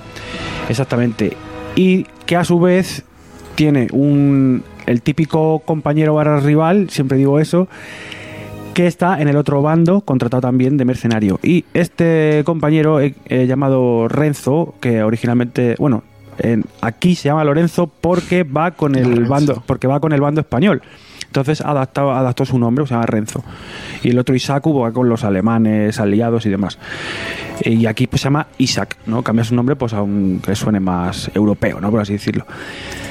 S5: Exactamente. Y que a su vez tiene un el típico compañero barra rival, siempre digo eso, que está en el otro bando, contratado también de mercenario. Y este compañero eh, eh, llamado Renzo, que originalmente, bueno, en- aquí se llama Lorenzo porque va con el
S3: Lorenzo.
S5: bando, porque va con el bando español. Entonces adaptó, adaptó su nombre, se llama Renzo. Y el otro Isaku va con los alemanes, aliados y demás. Eh, Y aquí pues, se llama Isaac, ¿no? Cambia su nombre pues a un que suene más europeo, ¿no? Por así decirlo.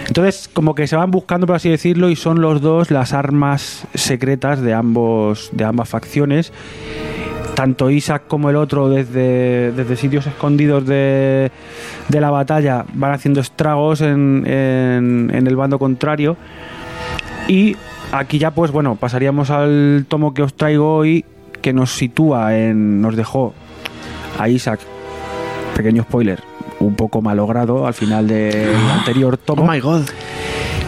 S5: Entonces, como que se van buscando, por así decirlo, y son los dos las armas secretas de ambos, de ambas facciones. Tanto Isaac como el otro, desde, desde sitios escondidos de, de la batalla, van haciendo estragos en, en- en el bando contrario. Y aquí ya, pues bueno, pasaríamos al tomo que os traigo hoy, que nos sitúa en. nos dejó a Isaac, pequeño spoiler, un poco malogrado al final del anterior tomo.
S3: Oh my god.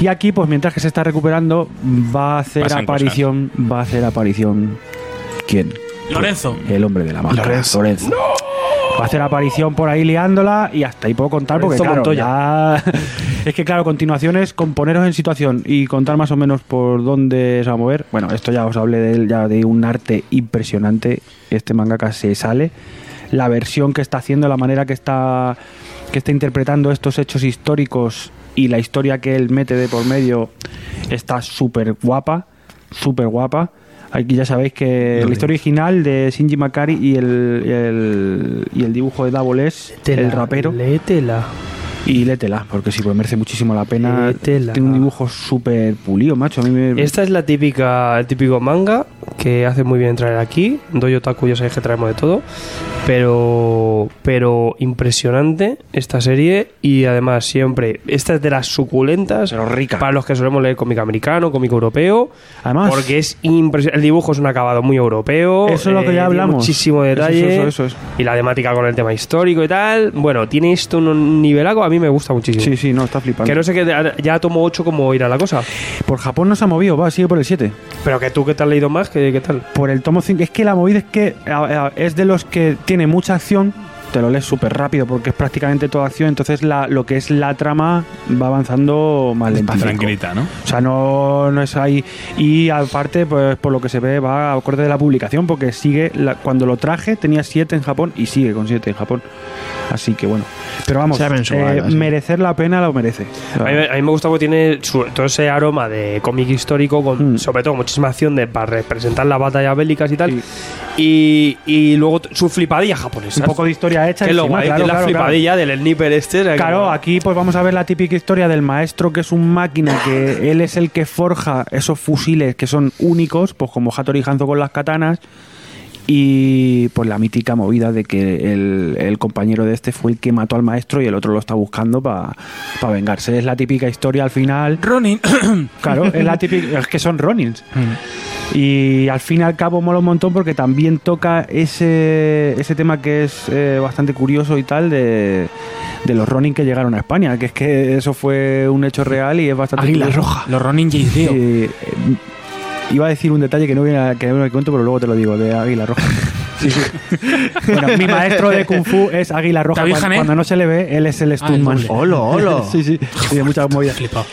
S5: Y aquí, pues mientras que se está recuperando, va a hacer
S1: Pasan
S5: aparición. Va a hacer aparición. ¿Quién?
S4: Lorenzo.
S5: El hombre de la máscara.
S3: Lorenzo.
S5: Va a hacer aparición por ahí liándola y hasta ahí puedo contar porque
S2: Lorenzo
S5: claro,
S2: Montoya.
S5: ya- Ah, es que claro, continuación es con poneros en situación y contar más o menos por dónde se va a mover. Bueno, esto ya os hablé de él, ya de un arte impresionante. Este mangaka se sale. La versión que está haciendo, la manera que está que está interpretando estos hechos históricos y la historia que él mete de por medio está súper guapa, súper guapa. Aquí ya sabéis que la historia original de Shinji Makari y el, y el, y el dibujo de Daboles,
S2: Léetela,
S5: el rapero,
S2: Eh, Léetela.
S5: y létela, porque si pues merece muchísimo la pena.
S2: Léetela.
S5: Tiene un dibujo súper pulido, macho. A mí me...
S2: Esta es la típica, el típico manga que hace muy bien traer aquí. Doyo Taku, ya sabéis que traemos de todo. Pero, pero impresionante esta serie y además siempre, esta es de las suculentas
S5: Pero rica.
S2: para los que solemos leer cómic americano, cómic europeo.
S5: Además,
S2: Porque es impresionante. El dibujo es un acabado muy europeo.
S5: Eso es lo que ya
S2: tiene
S5: hablamos.
S2: Muchísimo detalle.
S5: Eso, eso, eso, eso.
S2: Y la temática con el tema histórico y tal. Bueno, tiene esto un nivelago. A mí me gusta muchísimo.
S5: sí, sí, no, está flipando.
S2: Que no sé qué. Ya tomo 8 como irá la cosa.
S5: Por Japón no se ha movido, va, sigue por el 7.
S2: Pero que tú que te has leído más, que qué tal?
S5: por el tomo 5. Es que la movida es que a- a- es de los que tiene mucha acción, te lo lees súper rápido porque es prácticamente toda acción, entonces la, lo que es la trama va avanzando más lentamente.
S1: Tranquilita, ¿no?
S5: O sea, no, no es ahí. Y aparte, pues por lo que se ve, va acorde de la publicación porque sigue, la- cuando lo traje tenía 7 en Japón y sigue con 7 en Japón. Así que bueno. Pero vamos,
S3: Sea mensual,
S5: eh,
S3: así.
S5: merecer la pena lo merece.
S2: A mí, me- a mí me gusta porque tiene su- todo ese aroma de cómic histórico, con
S5: Mm.
S2: sobre todo muchísima acción de, para representar las batallas bélicas y tal.
S5: Sí.
S2: Y, y luego t- su flipadilla japonesa.
S5: Un poco de historia hecha.
S2: Que es lo
S5: encima,
S2: guay,
S5: claro,
S2: de la
S5: claro, claro.
S2: flipadilla del sniper este. o sea, que-
S5: Claro, aquí pues vamos a ver la típica historia del maestro que es un máquina, que él es el que forja esos fusiles que son únicos, pues como Hattori Hanzo con las katanas, y pues la mítica movida de que el, el compañero de este fue el que mató al maestro y el otro lo está buscando para vengarse. Es la típica historia al final.
S4: Ronin.
S5: Claro, es la típica. Es que son Ronins. Mm. Y al fin y al cabo mola un montón porque también toca ese, ese tema que es eh, bastante curioso y tal de, de los Ronin que llegaron a España, que es que eso fue un hecho real y es bastante.
S4: Águila
S5: curioso.
S4: Roja. Los Ronin James
S5: Sí,
S4: Dio.
S5: eh, iba a decir un detalle que no viene a, que no viene al cuento, pero luego te lo digo, de Águila Roja. Sí, sí. Bueno, mi maestro de Kung Fu es Águila Roja.
S4: ¿David
S5: Cuando,
S4: Jané?
S5: cuando no se le ve, él es eh? Ah, el Stuntman.
S4: doble.
S3: Olo, olo.
S5: sí, sí. Y de muchas movidas.
S4: Flipado.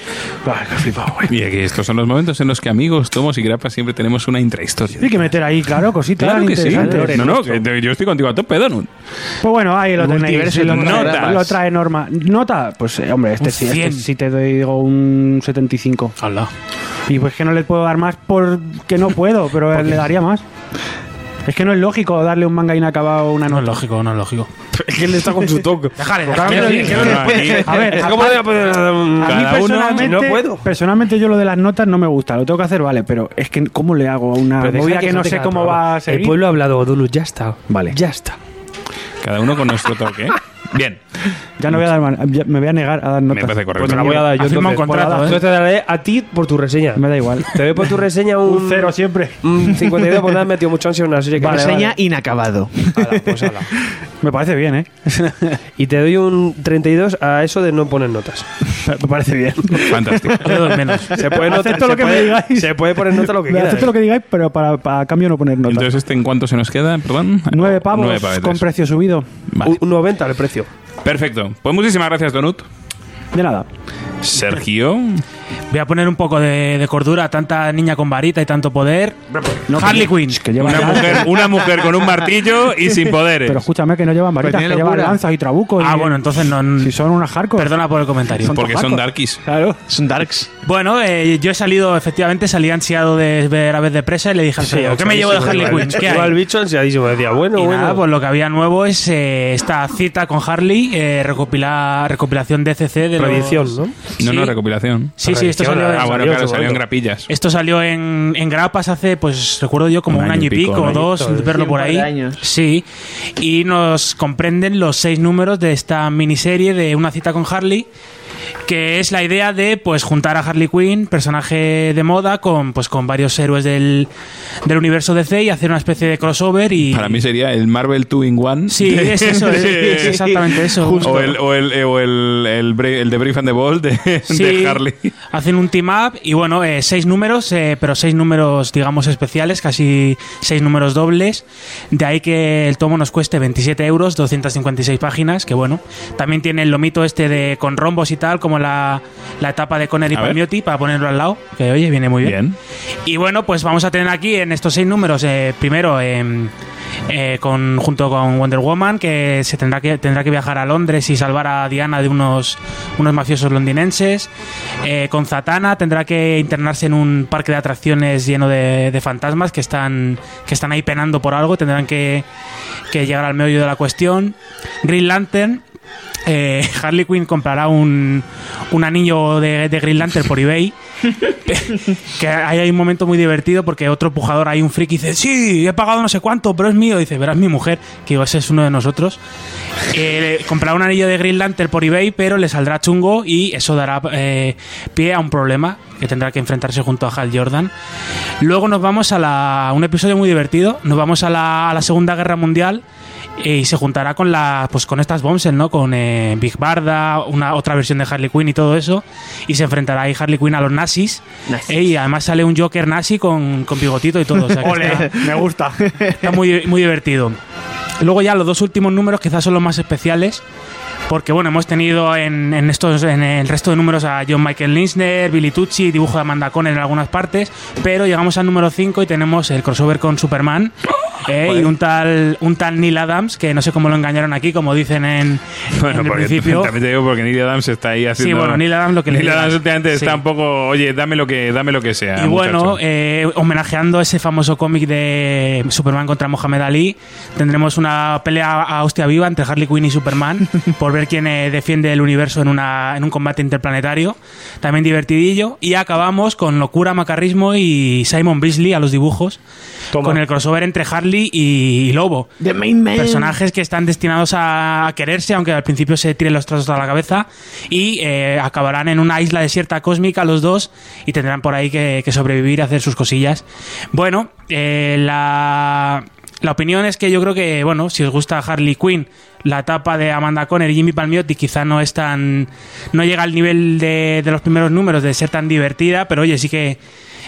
S5: Ah, qué flipado, güey.
S1: Y aquí estos son los momentos en los que amigos, tomos y grapas siempre tenemos una intrahistoria.
S5: Hay que meter ahí, claro, cositas
S1: Claro que sí.
S5: interesantes.
S1: No, no, que te- yo estoy contigo a tope, Donut.
S5: Pues bueno, ahí lo tenéis.
S1: Multiverso
S5: Lo
S1: de
S5: trae,
S1: notas.
S5: lo trae Norma. ¿Nota? Pues eh, hombre, este
S4: Un
S5: sí, este
S4: 100.
S5: sí te doy digo, un 75.
S4: Hala.
S5: Y pues que no le puedo dar más porque no puedo, pero le daría más. Es que no es lógico darle un manga inacabado a una
S4: No es
S5: nota.
S4: lógico, no es lógico.
S1: Que él está con su toque.
S4: Déjale,
S2: Claro,
S4: déjale.
S2: claro,
S4: déjale.
S5: A ver,
S2: ¿Cómo le
S5: a-
S2: voy a poner nada?
S5: a mí
S1: Cada uno,
S5: personalmente,
S2: no puedo.
S5: personalmente yo lo de las notas no me gusta, lo tengo que hacer, vale, pero es que ¿cómo le hago a una
S2: Pero deja
S5: movida
S2: que
S5: que no
S2: gente
S5: sé
S2: cada
S5: cómo
S2: programa.
S5: va a seguir?
S2: El pueblo ha hablado, Donut, ya está.
S5: Vale.
S2: Ya está.
S1: Cada uno con nuestro toque. ¿eh? Bien,
S5: Ya no voy a dar, man- ya me voy a negar a dar
S1: me
S5: notas.
S1: parece correcto.
S2: Pues te la voy a dar yo.
S4: Ha firmado
S2: entonces.
S4: un
S2: Pues
S4: contrato,
S2: nada,
S4: ¿eh?
S2: Yo te daré a ti por tu reseña.
S5: Me da igual.
S2: Te doy por tu reseña un...
S5: Un cero siempre.
S2: Un 52 porque me has metido mucho ansia en una serie que...
S3: Reseña
S2: Vale,
S3: inacabado.
S2: vale. Ala, pues ala.
S5: Me parece bien, ¿eh?
S2: Y te doy un 32 a eso de no poner notas.
S5: Me parece bien.
S1: Fantástico.
S4: Yo doy menos.
S2: Se puede,
S5: Acepto
S2: notar-
S5: lo
S2: se
S5: que me
S2: puede-
S5: digáis.
S2: se puede poner nota lo que
S5: Me
S2: quieras.
S5: acepto lo que digáis, pero para, para a cambio no poner notas.
S1: Entonces, ¿este en cuánto se nos queda? Perdón.
S5: Nueve pavos
S1: Nueve pavetes.
S5: con precio subido.
S1: Vale.
S2: Un- Un 90 el precio.
S1: Perfecto. Pues muchísimas gracias, Donut.
S5: De nada.
S1: Sergio.
S4: Voy a poner un poco de, de cordura a tanta niña con varita y tanto poder. Harley Quinn.
S5: Que lleva
S1: Una mujer, una mujer con un martillo y sin poderes.
S5: Pero escúchame que no llevan varitas,
S3: tiene
S5: que llevan
S3: locura.
S5: lanzas y trabucos.
S4: Ah,
S5: y-
S4: bueno, entonces no.
S5: Si son unas hardcore.
S4: Perdona por el comentario.
S5: Son-
S1: Porque son darkies.
S5: Claro.
S3: Son darks.
S4: Bueno, eh, yo he salido, efectivamente, salí ansiado de ver aves de presa y le dije al
S2: Sí,
S4: Alfredo, ¿qué me llevo de Harley Quinn? ¿Qué
S2: Iba
S4: hay?
S2: el bicho ansiadísimo. Decía, bueno,
S4: Y
S2: bueno.
S4: nada, pues lo que había nuevo es eh, esta cita con Harley, eh, recopila- recopilación DCC de los-
S2: Reedición, ¿no?
S1: No,
S4: Sí.
S1: no, recopilación.
S4: Sí, sí, esto
S2: Reedición,
S4: salió,
S1: Ah,
S2: Salió
S1: bueno,
S2: en
S1: claro,
S2: su
S1: salió en
S2: momento.
S1: grapillas.
S4: esto salió en, en grapas hace, pues recuerdo yo, como un, eh. año, y pico,
S1: ¿no?
S4: o dos,
S2: Sí,
S4: verlo
S3: un
S4: por
S3: par
S4: ahí.
S3: de años.
S4: Sí, y nos comprenden los seis números de esta miniserie de Una cita con Harley, que es la idea de pues juntar a Harley Quinn, personaje de moda, con pues con varios héroes del, del universo DC y hacer una especie de crossover y...
S1: Para mí sería el Marvel 2 in 1.
S4: Sí, es eso, es, es exactamente eso.
S1: O el, o el, eh, o el, el, Bra- el de Brave and the Bold de, de
S4: Sí,
S1: Harley.
S4: Hacen un team up y bueno, eh, seis números, eh, pero seis números, digamos, especiales, casi seis números dobles. De ahí que el tomo nos cueste 27 euros, 256 páginas, que bueno. También tiene el lomito este de con rombos y tal, como la, la etapa de Conner y
S1: A ver.
S4: Palmiotti, para ponerlo al lado, que oye, viene muy bien.
S1: Bien.
S4: Y bueno, pues vamos a tener aquí en estos seis números, eh, primero em, eh, con, junto con Wonder Woman, que se tendrá que tendrá que viajar a Londres y salvar a Diana de unos, unos mafiosos londinenses. Eh, con Zatanna tendrá que internarse en un parque de atracciones lleno de, de fantasmas que están, que están ahí penando por algo, tendrán que, que llegar al meollo de la cuestión. Green Lantern. eh, Harley Quinn comprará un, un anillo de, de Green Lantern por eBay que ahí hay un momento muy divertido porque otro pujador, hay un friki, dice, sí, he pagado no sé cuánto, pero es mío. Dice, verás mi mujer, que digo, ese es uno de nosotros. Eh, le comprará un anillo de Green Lantern por eBay, pero le saldrá chungo y eso dará eh, pie a un problema que tendrá que enfrentarse junto a Hal Jordan. Luego nos vamos a, la, a un episodio muy divertido, nos vamos a la, a la Segunda Guerra Mundial eh, y se juntará con la pues con estas bombshells, ¿no? Con eh, Big Barda, una otra versión de Harley Quinn y todo eso y se enfrentará ahí Harley Quinn a los nazis. Eh, y además sale un Joker nazi con, con bigotito y todo, o sea que está,
S3: Este-
S5: Me gusta.
S4: está muy muy divertido. Luego ya los dos últimos números quizás son los más especiales. Porque bueno, hemos tenido en, en estos en el resto de números a John Michael Linsner, Billy Tucci, dibujo de Amanda Conner en algunas partes, pero llegamos al número 5 y tenemos el crossover con Superman eh, y un tal, un tal Neil Adams, que no sé cómo lo engañaron aquí, como dicen en,
S1: Bueno,
S4: en el
S1: porque
S4: principio.
S1: también te digo porque Neil Adams está ahí haciendo.
S4: bueno, Neil Adams lo que le
S1: Neil
S4: digas.
S1: Adams últimamente
S4: Sí.
S1: está un poco, oye, dame lo que, dame lo que sea.
S4: Y bueno,
S1: muchacho".
S4: eh, homenajeando ese famoso cómic de Superman contra Mohamed Ali, tendremos una pelea a hostia viva entre Harley Quinn y Superman por ver quién eh, defiende el universo en, una, en un combate interplanetario. También divertidillo. Y acabamos con Locura, Macarrismo y Simon Beasley a los dibujos. Con el crossover entre Harley y Lobo.
S3: The Main Man.
S4: Personajes que están destinados a quererse, aunque al principio se tiren los trozos a la cabeza, y eh, acabarán en una isla desierta cósmica los dos y tendrán por ahí que, que sobrevivir, hacer sus cosillas. Bueno, eh, la, la opinión es que yo creo que, bueno, si os gusta Harley Quinn, la etapa de Amanda Conner y Jimmy Palmiotti quizá no es tan. no llega al nivel de, de los primeros números de ser tan divertida, pero oye, sí que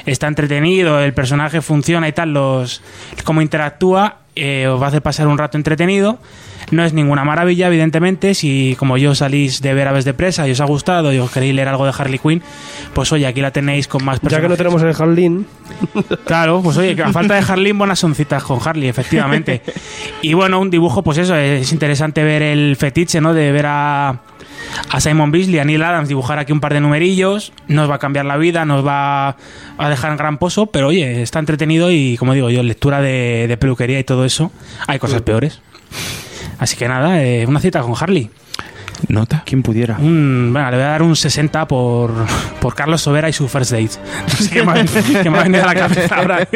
S4: está entretenido, el personaje funciona y tal, los cómo interactúa, eh, os va a hacer pasar un rato entretenido. No es ninguna maravilla, evidentemente. Si como yo salís de ver Aves de Presa y os ha gustado y os queréis leer algo de Harley Quinn, pues oye, aquí la tenéis con más
S2: Ya que no
S4: personajes.
S2: tenemos el Harleen,
S4: Claro, pues oye, que a falta de Harley, buenas soncitas con Harley, efectivamente. Y bueno, un dibujo, pues eso, es interesante ver el fetiche, ¿no? De ver a, a Simon Beasley, a Neil Adams dibujar aquí un par de numerillos. Nos va a cambiar la vida, nos va a dejar en gran pozo, pero oye, está entretenido y, como digo yo, lectura de, de peluquería y todo eso, hay cosas peores. Así que nada, eh, una cita con Harley. eh,
S1: Nota.
S5: Quien pudiera.
S4: Un- bueno, Mm, le voy a dar un 60 por, por Carlos Sobera y su first date. No sé qué me, ha- qué me ha venido a la cabeza ahora.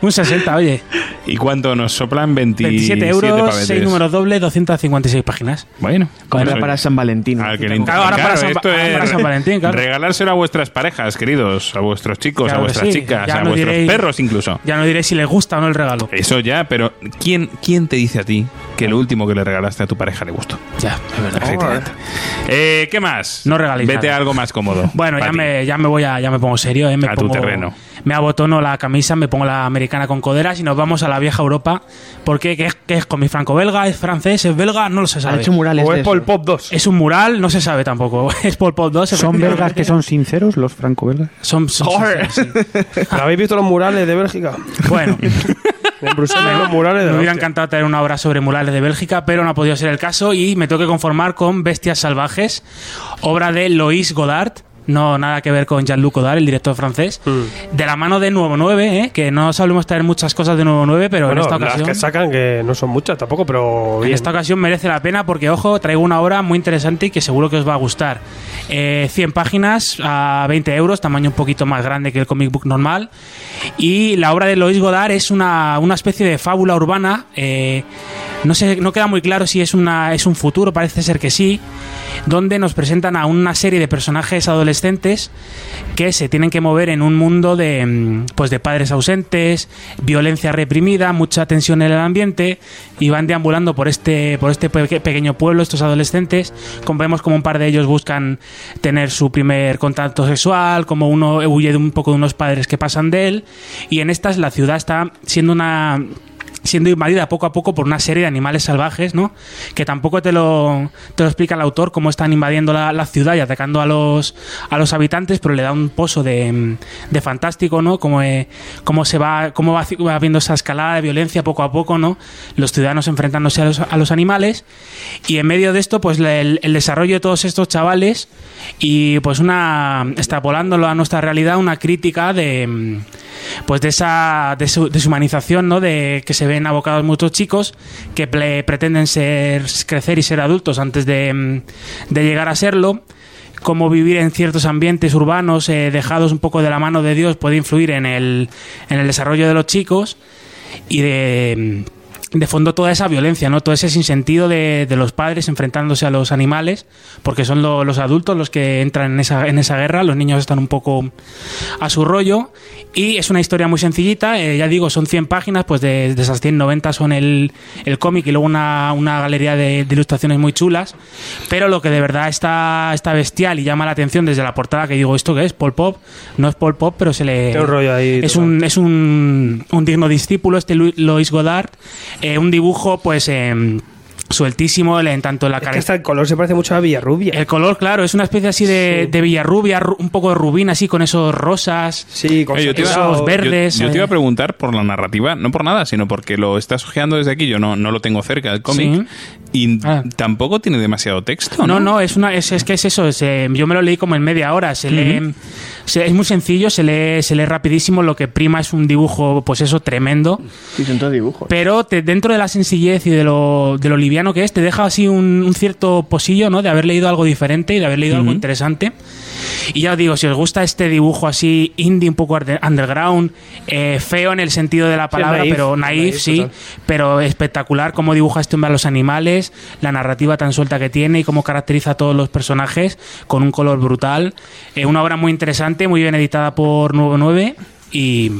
S4: Un 60, oye.
S1: ¿Y cuánto nos soplan?
S4: 27
S1: 27
S4: euros,
S1: pavetes.
S4: 6 números doble, 256 páginas.
S1: Bueno,
S3: Ahora
S1: pues,
S3: para San Valentín.
S1: al que le interese.
S4: Claro, ahora para San-
S1: esto
S4: ahora
S1: es
S4: para San Valentín, claro.
S1: Regalárselo a vuestras parejas, queridos, a vuestros chicos, a
S4: Claro que
S1: vuestras
S4: sí.
S1: chicas,
S4: Ya
S1: a
S4: nos
S1: vuestros
S4: diréis-
S1: perros incluso.
S4: Ya no diré si le gusta o no el regalo.
S1: Eso ya, pero ¿quién, ¿quién te dice a ti que lo último que le regalaste a tu pareja le gustó?
S4: Ya, es verdad.
S1: Efectivamente. Eh, ¿Qué más?
S4: No regaléis
S1: Vete
S4: nada.
S1: a algo más cómodo.
S4: Bueno, ya
S1: Pati.
S4: me, ya me voy a, ya me pongo serio, eh, me
S1: A tu
S4: pongo-
S1: terreno.
S4: Me abotono la camisa, me pongo la americana con coderas y nos vamos a la vieja Europa. Porque ¿qué es, qué es con mi franco-belga? ¿Es francés? ¿Es belga? No lo se
S3: Han
S4: sabe.
S3: hecho murales
S2: o
S3: de
S2: es Pol
S3: eso.
S2: Pop 2.
S4: Es un mural, no se sabe tampoco. Es Pol Pot 2.
S5: ¿Son belgas que son sinceros los franco-belgas?
S4: Son, son-
S3: Joder.
S4: sí.
S2: ¿Pero ¿Habéis visto los murales de Bélgica?
S4: Bueno,
S2: En Bruselas, los murales de
S4: me hubiera
S2: Bélgica.
S4: encantado tener una obra sobre murales de Bélgica, pero no ha podido ser el caso y me tengo que conformar con Bestias Salvajes, obra de Lois Godard. No, nada que ver con Jean-Luc Godard, el director francés.
S2: Mm.
S4: De la mano de Nuevo 9, ¿eh? que no solemos traer muchas cosas de Nuevo 9, pero
S2: Bueno,
S4: en esta
S2: las
S4: ocasión.
S2: que sacan, que no son muchas tampoco, pero
S4: En
S2: bien.
S4: esta ocasión merece la pena porque, ojo, traigo una obra muy interesante y que seguro que os va a gustar. Eh, 100 páginas a 20 euros, tamaño un poquito más grande que el comic book normal. Y la obra de Lois Godard es una, una especie de fábula urbana. eh, no, sé, no queda muy claro si es, una, es un futuro, parece ser que sí, donde nos presentan a una serie de personajes adolescentes que se tienen que mover en un mundo de, mm, pues de padres ausentes, violencia reprimida, mucha tensión en el ambiente y van deambulando por este, por este pe- pequeño pueblo estos adolescentes. Como vemos como un par de ellos buscan tener su primer contacto sexual, como uno huye de un poco de unos padres que pasan de él y en estas la ciudad está siendo una siendo invadida poco a poco por una serie de animales salvajes, ¿no? Que tampoco te lo, te lo explica el autor cómo están invadiendo la, la ciudad y atacando a los, a los habitantes, pero le da un pozo de, mm, de fantástico, ¿no? Como, eh, cómo se va, cómo va, haci- va habiendo esa escalada de violencia poco a poco, ¿no? Los ciudadanos enfrentándose a los, a los animales y en medio de esto, pues la- el, el desarrollo de todos estos chavales y pues una, extrapolándolo a nuestra realidad, una crítica de... mm, pues de esa desu- deshumanización, ¿no? De que se ven abocados muchos chicos que ple- pretenden ser crecer y ser adultos antes de, mm, de llegar a serlo. Cómo vivir en ciertos ambientes urbanos eh, dejados un poco de la mano de Dios puede influir en el, en el desarrollo de los chicos y de, de fondo toda esa violencia, ¿no? Todo ese sinsentido de, de los padres enfrentándose a los animales, porque son lo- los adultos los que entran en esa, en esa guerra, los niños están un poco a su rollo y es una historia muy sencillita, eh, ya digo, son 100 páginas, pues de, de esas 190 son el, el cómic y luego una, una galería de, de ilustraciones muy chulas, pero lo que de verdad está, está bestial y llama la atención desde la portada que digo, ¿esto qué es? Paul Pop, no es Paul Pop, pero se le...
S2: Tiene un rollo ahí
S4: Es
S2: total.
S4: un, es un, un digno discípulo este Lu- Lois Godard. Eh, un dibujo, pues. em, sueltísimo, le- en tanto la
S2: Es que
S4: cara.
S2: hasta el color se parece mucho a Villarrubia.
S4: El color, claro, es una especie así de,
S2: Sí.
S4: de Villarrubia, ru- un poco de rubín, así con esos rosas.
S2: Sí, con
S1: Oye, yo te iba-
S4: esos
S1: yo-
S4: verdes,
S1: Yo, te iba a
S4: eh.
S1: preguntar por la narrativa, no por nada, sino porque lo estás ojeando desde aquí. Yo no, no lo tengo cerca del cómic. Y
S4: Ah.
S1: tampoco tiene demasiado texto.
S4: No,
S1: No,
S4: no, es, una, es, es que es eso. es, eh, yo me lo leí como en media hora. Se lee, se- es muy sencillo, se lee, se lee rapidísimo. Lo que prima es un dibujo, pues eso, tremendo.
S3: Sí, son todos dibujos.
S4: Pero te- dentro de la sencillez y de lo, de lo liviano que es, te deja así un, un cierto posillo, ¿no? De haber leído algo diferente y de haber leído algo interesante. Y ya os digo, si os gusta este dibujo así indie, un poco arde- underground, eh, feo en el sentido de la palabra,
S2: naif,
S4: pero naif,
S2: naif,
S4: sí,
S2: total.
S4: pero espectacular cómo dibuja este hombre a los animales, la narrativa tan suelta que tiene y cómo caracteriza a todos los personajes con un color brutal. Eh, una obra muy interesante, muy bien editada por 99 y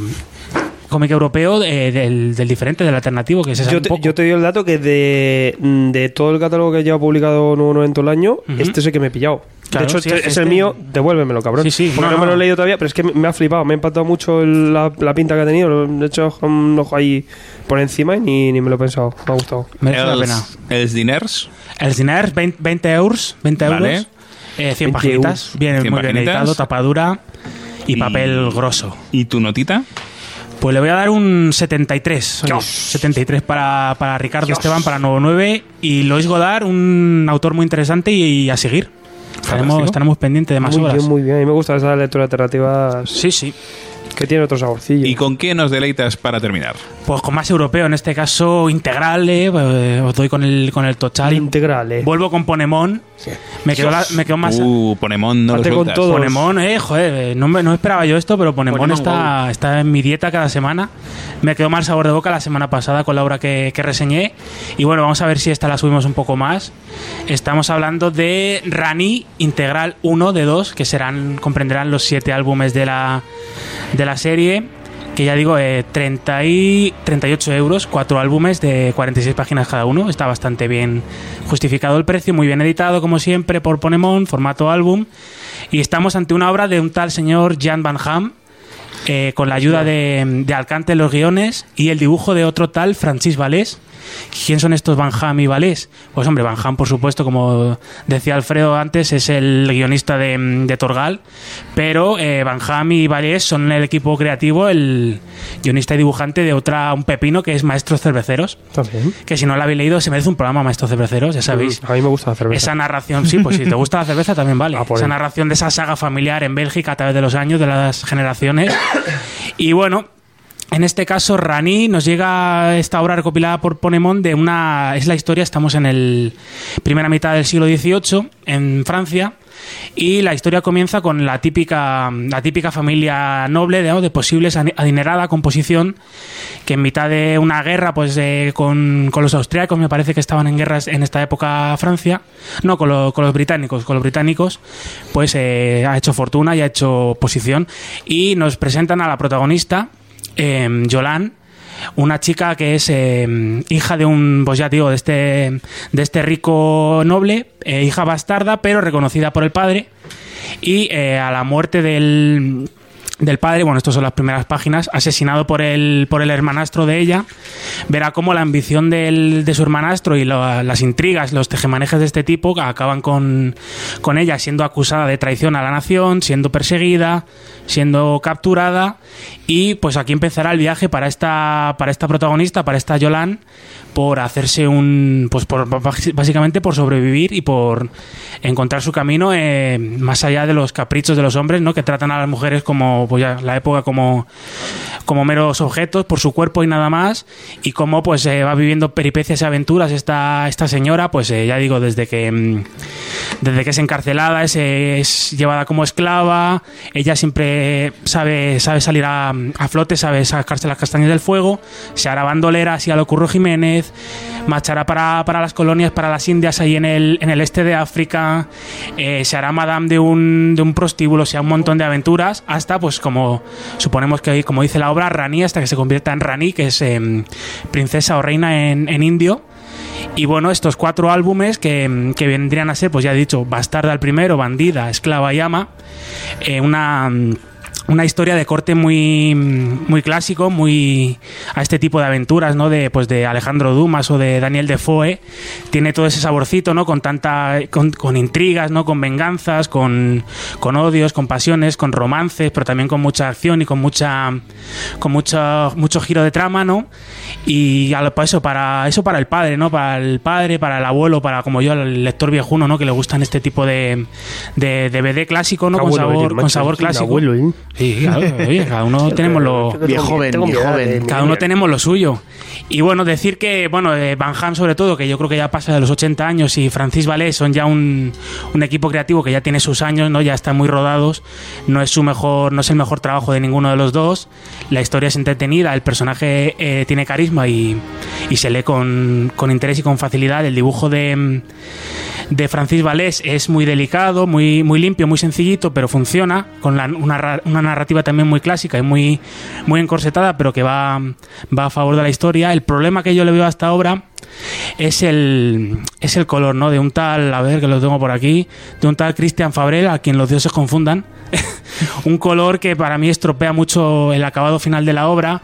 S4: cómic europeo eh, del, del diferente, del alternativo, que se sabe
S2: Yo
S4: un
S2: te,
S4: poco.
S2: yo te doy el dato que de, mm, de todo el catálogo que lleva publicado Nuevo 90 todo el año,
S4: Ujú.
S2: este es el que me he pillado.
S4: Claro,
S2: de hecho,
S4: sí,
S2: este-
S4: es
S2: es el
S4: este.
S2: mío, devuélvemelo, cabrón.
S4: Sí, sí,
S2: Porque
S4: no,
S2: no, me
S4: no.
S2: lo he leído todavía, pero es que me me ha flipado, me ha impactado mucho el- la, la pinta que ha tenido. De hecho, un ojo ahí por encima y ni, ni me lo he pensado. Me ha gustado.
S4: Merece la pena.
S1: Els diners.
S4: El Diners, 20, 20 euros. 20 euros.
S1: Vale.
S4: Eh,
S2: 20
S4: 100 paginitas. Bien,
S1: 100
S4: muy bien
S1: paginitas.
S4: editado, tapadura y,
S1: Y-
S4: papel grosso.
S1: ¿Y tu notita?
S4: Pues le voy a dar un 73. oye, 73 para, para Ricardo Esteban, para 99. Y Lois Godard, un autor muy interesante y, y a seguir. Estaremos,
S1: Fantástico.
S4: estaremos pendientes de más
S2: muy
S4: obras.
S2: bien, muy bien. A mí me gusta esa lectura alternativa
S4: Sí, sí.
S2: que tiene otro saborcillo.
S1: ¿Y con qué nos deleitas para terminar?
S4: Pues con más europeo, en este caso integral, eh, eh, os doy con el, con el
S2: Al
S4: tochal.
S2: integral, eh.
S4: Vuelvo con Ponemon. Me quedo, la- me quedo más.
S1: Uh, Ponemon no lo
S2: Hazte con
S1: sueltas.
S2: todo.
S4: Ponemon, eh, joder, eh, no, me- no esperaba yo esto, pero Ponemon,
S3: Ponemon
S4: está, está en mi dieta cada semana. Me quedó mal sabor de boca la semana pasada con la obra que, que reseñé. Y bueno, vamos a ver si esta la subimos un poco más. Estamos hablando de Rani Integral 1 de 2, que serán comprenderán los siete álbumes de la, de la serie. Que ya digo, eh, 30 y 38 euros, cuatro álbumes de 46 páginas cada uno. Está bastante bien justificado el precio, muy bien editado, como siempre, por Ponemon, formato álbum. Y estamos ante una obra de un tal señor Jan Van Ham, eh, con la ayuda de, de Alcante en los guiones y el dibujo de otro tal Francis Valés. ¿Quién son estos Van Ham y Valés? Pues hombre, Van Ham, por supuesto, como decía Alfredo antes, es el guionista de, de Torgal, pero eh, Van Ham y Valés son el equipo creativo, el guionista y dibujante de otra, un pepino que es Maestros Cerveceros,
S2: También. Mm,
S4: que si no lo habéis leído se merece un programa Maestros Cerveceros, ya sabéis.
S2: A mí me gusta la cerveza.
S4: Esa narración, sí, pues si te gusta la cerveza también vale.
S2: Ah, por
S4: esa
S2: ahí.
S4: narración de esa saga familiar en Bélgica a través de los años, de las generaciones. Y bueno, en este caso, Rani nos llega esta obra recopilada por Ponemon de una. Es la historia, estamos en el primera mitad del siglo XVIII, en Francia. Y la historia comienza con la típica, la típica familia noble, digamos, de posibles ani- adinerada composición, que en mitad de una guerra, pues eh, con, con los austriacos, me parece que estaban en guerras en esta época Francia, no, con, lo- con los británicos, con los británicos, pues eh, ha hecho fortuna y ha hecho posición. Y nos presentan a la protagonista, eh, Yolan, una chica que es eh, hija de un, pues ya digo, de este, de este rico noble, eh, hija bastarda, pero reconocida por el padre. Y eh, a la muerte del, del padre, bueno, estas son las primeras páginas, asesinado por el, por el hermanastro de ella, verá cómo la ambición del- de su hermanastro y la- las intrigas, los tejemanejes de este tipo acaban con, con ella siendo acusada de traición a la nación, siendo perseguida, siendo capturada y pues aquí empezará el viaje para esta, para esta protagonista, para esta Yolan, por hacerse un, pues por, básicamente por sobrevivir y por encontrar su camino eh, más allá de los caprichos de los hombres, ¿no? Que tratan a las mujeres como, pues ya, la época como, como meros objetos por su cuerpo y nada más y cómo pues eh, va viviendo peripecias y aventuras esta, esta señora pues eh, ya digo desde que mm, desde que es encarcelada es, eh, es llevada como esclava ella siempre sabe sabe salir a, a flote sabe sacarse las castañas del fuego se hará bandolera así a lo Curro Jiménez marchará para, para las colonias para las indias ahí en el, en el este de África eh, se hará madame de un, de un prostíbulo o sea un montón de aventuras hasta pues como suponemos que como dice la obra Rani hasta que se convierta en Rani que es em, princesa o reina en, en indio y bueno, estos cuatro álbumes que, mm, que vendrían a ser, pues ya he dicho, Bastarda el primero, Bandida, Esclava y Ama, eh, una, mm, una historia de corte muy, mm, muy clásico, muy a este tipo de aventuras, ¿no? De, pues de Alejandro Dumas o de Daniel Defoe. Tiene todo ese saborcito, ¿no? Con tanta. con, con intrigas, ¿no? Con venganzas, con, con odios, con pasiones, con romances, pero también con mucha acción y con mucha. con mucho, mucho giro de trama, ¿no? Y a lo- para eso, para eso para el padre, ¿no? Para el padre, para el abuelo, para como yo, al lector viejuno, ¿no? Que le gustan este tipo de, de DVD clásico, ¿no? Con
S2: Abuelo,
S4: sabor,
S2: eres,
S4: con
S2: macho,
S4: sabor
S2: es un
S4: clásico.
S2: abuelo, ¿eh?
S4: Sí, claro, oye, cada uno tenemos lo,
S3: Viejo joven, viejo
S2: miedo de-
S3: joven.
S4: cada uno tenemos lo suyo. Y bueno, decir que, bueno, eh, Van Ham sobre todo, que yo creo que ya pasa de los 80 años, y Francis Valé son ya un, un equipo creativo que ya tiene sus años, ¿no? Ya están muy rodados. No es su mejor, no es el mejor trabajo de ninguno de los dos. La historia es entretenida, el personaje eh, tiene carisma y, y se lee con, con interés y con facilidad. El dibujo de, mm, de Francis Valés es muy delicado, muy, muy limpio, muy sencillito, pero funciona, con la- una, ra- una narrativa también muy clásica y muy, muy encorsetada, pero que va, va a favor de la historia. El problema que yo le veo hasta ahora es el, es el color, ¿no? De un tal, a ver que lo tengo por aquí, de un tal Christian Fabrel, a quien los dioses confundan. un color que para mí estropea mucho el acabado final de la obra,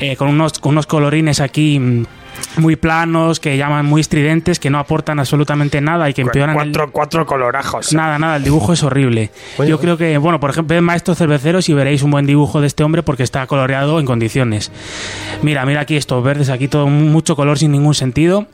S4: eh, con, unos, con unos colorines aquí mm, muy planos, que llaman muy estridentes, que no aportan absolutamente nada y que empeoran. el-
S2: Cuatro, cuatro colorajos.
S4: Nada, nada, el dibujo es horrible.
S2: Bueno,
S4: Yo creo que, bueno, por ejemplo, ved Maestros Cerveceros y veréis un buen dibujo de este hombre porque está coloreado en condiciones. Mira, mira aquí estos verdes, aquí todo mucho color sin ningún sentido.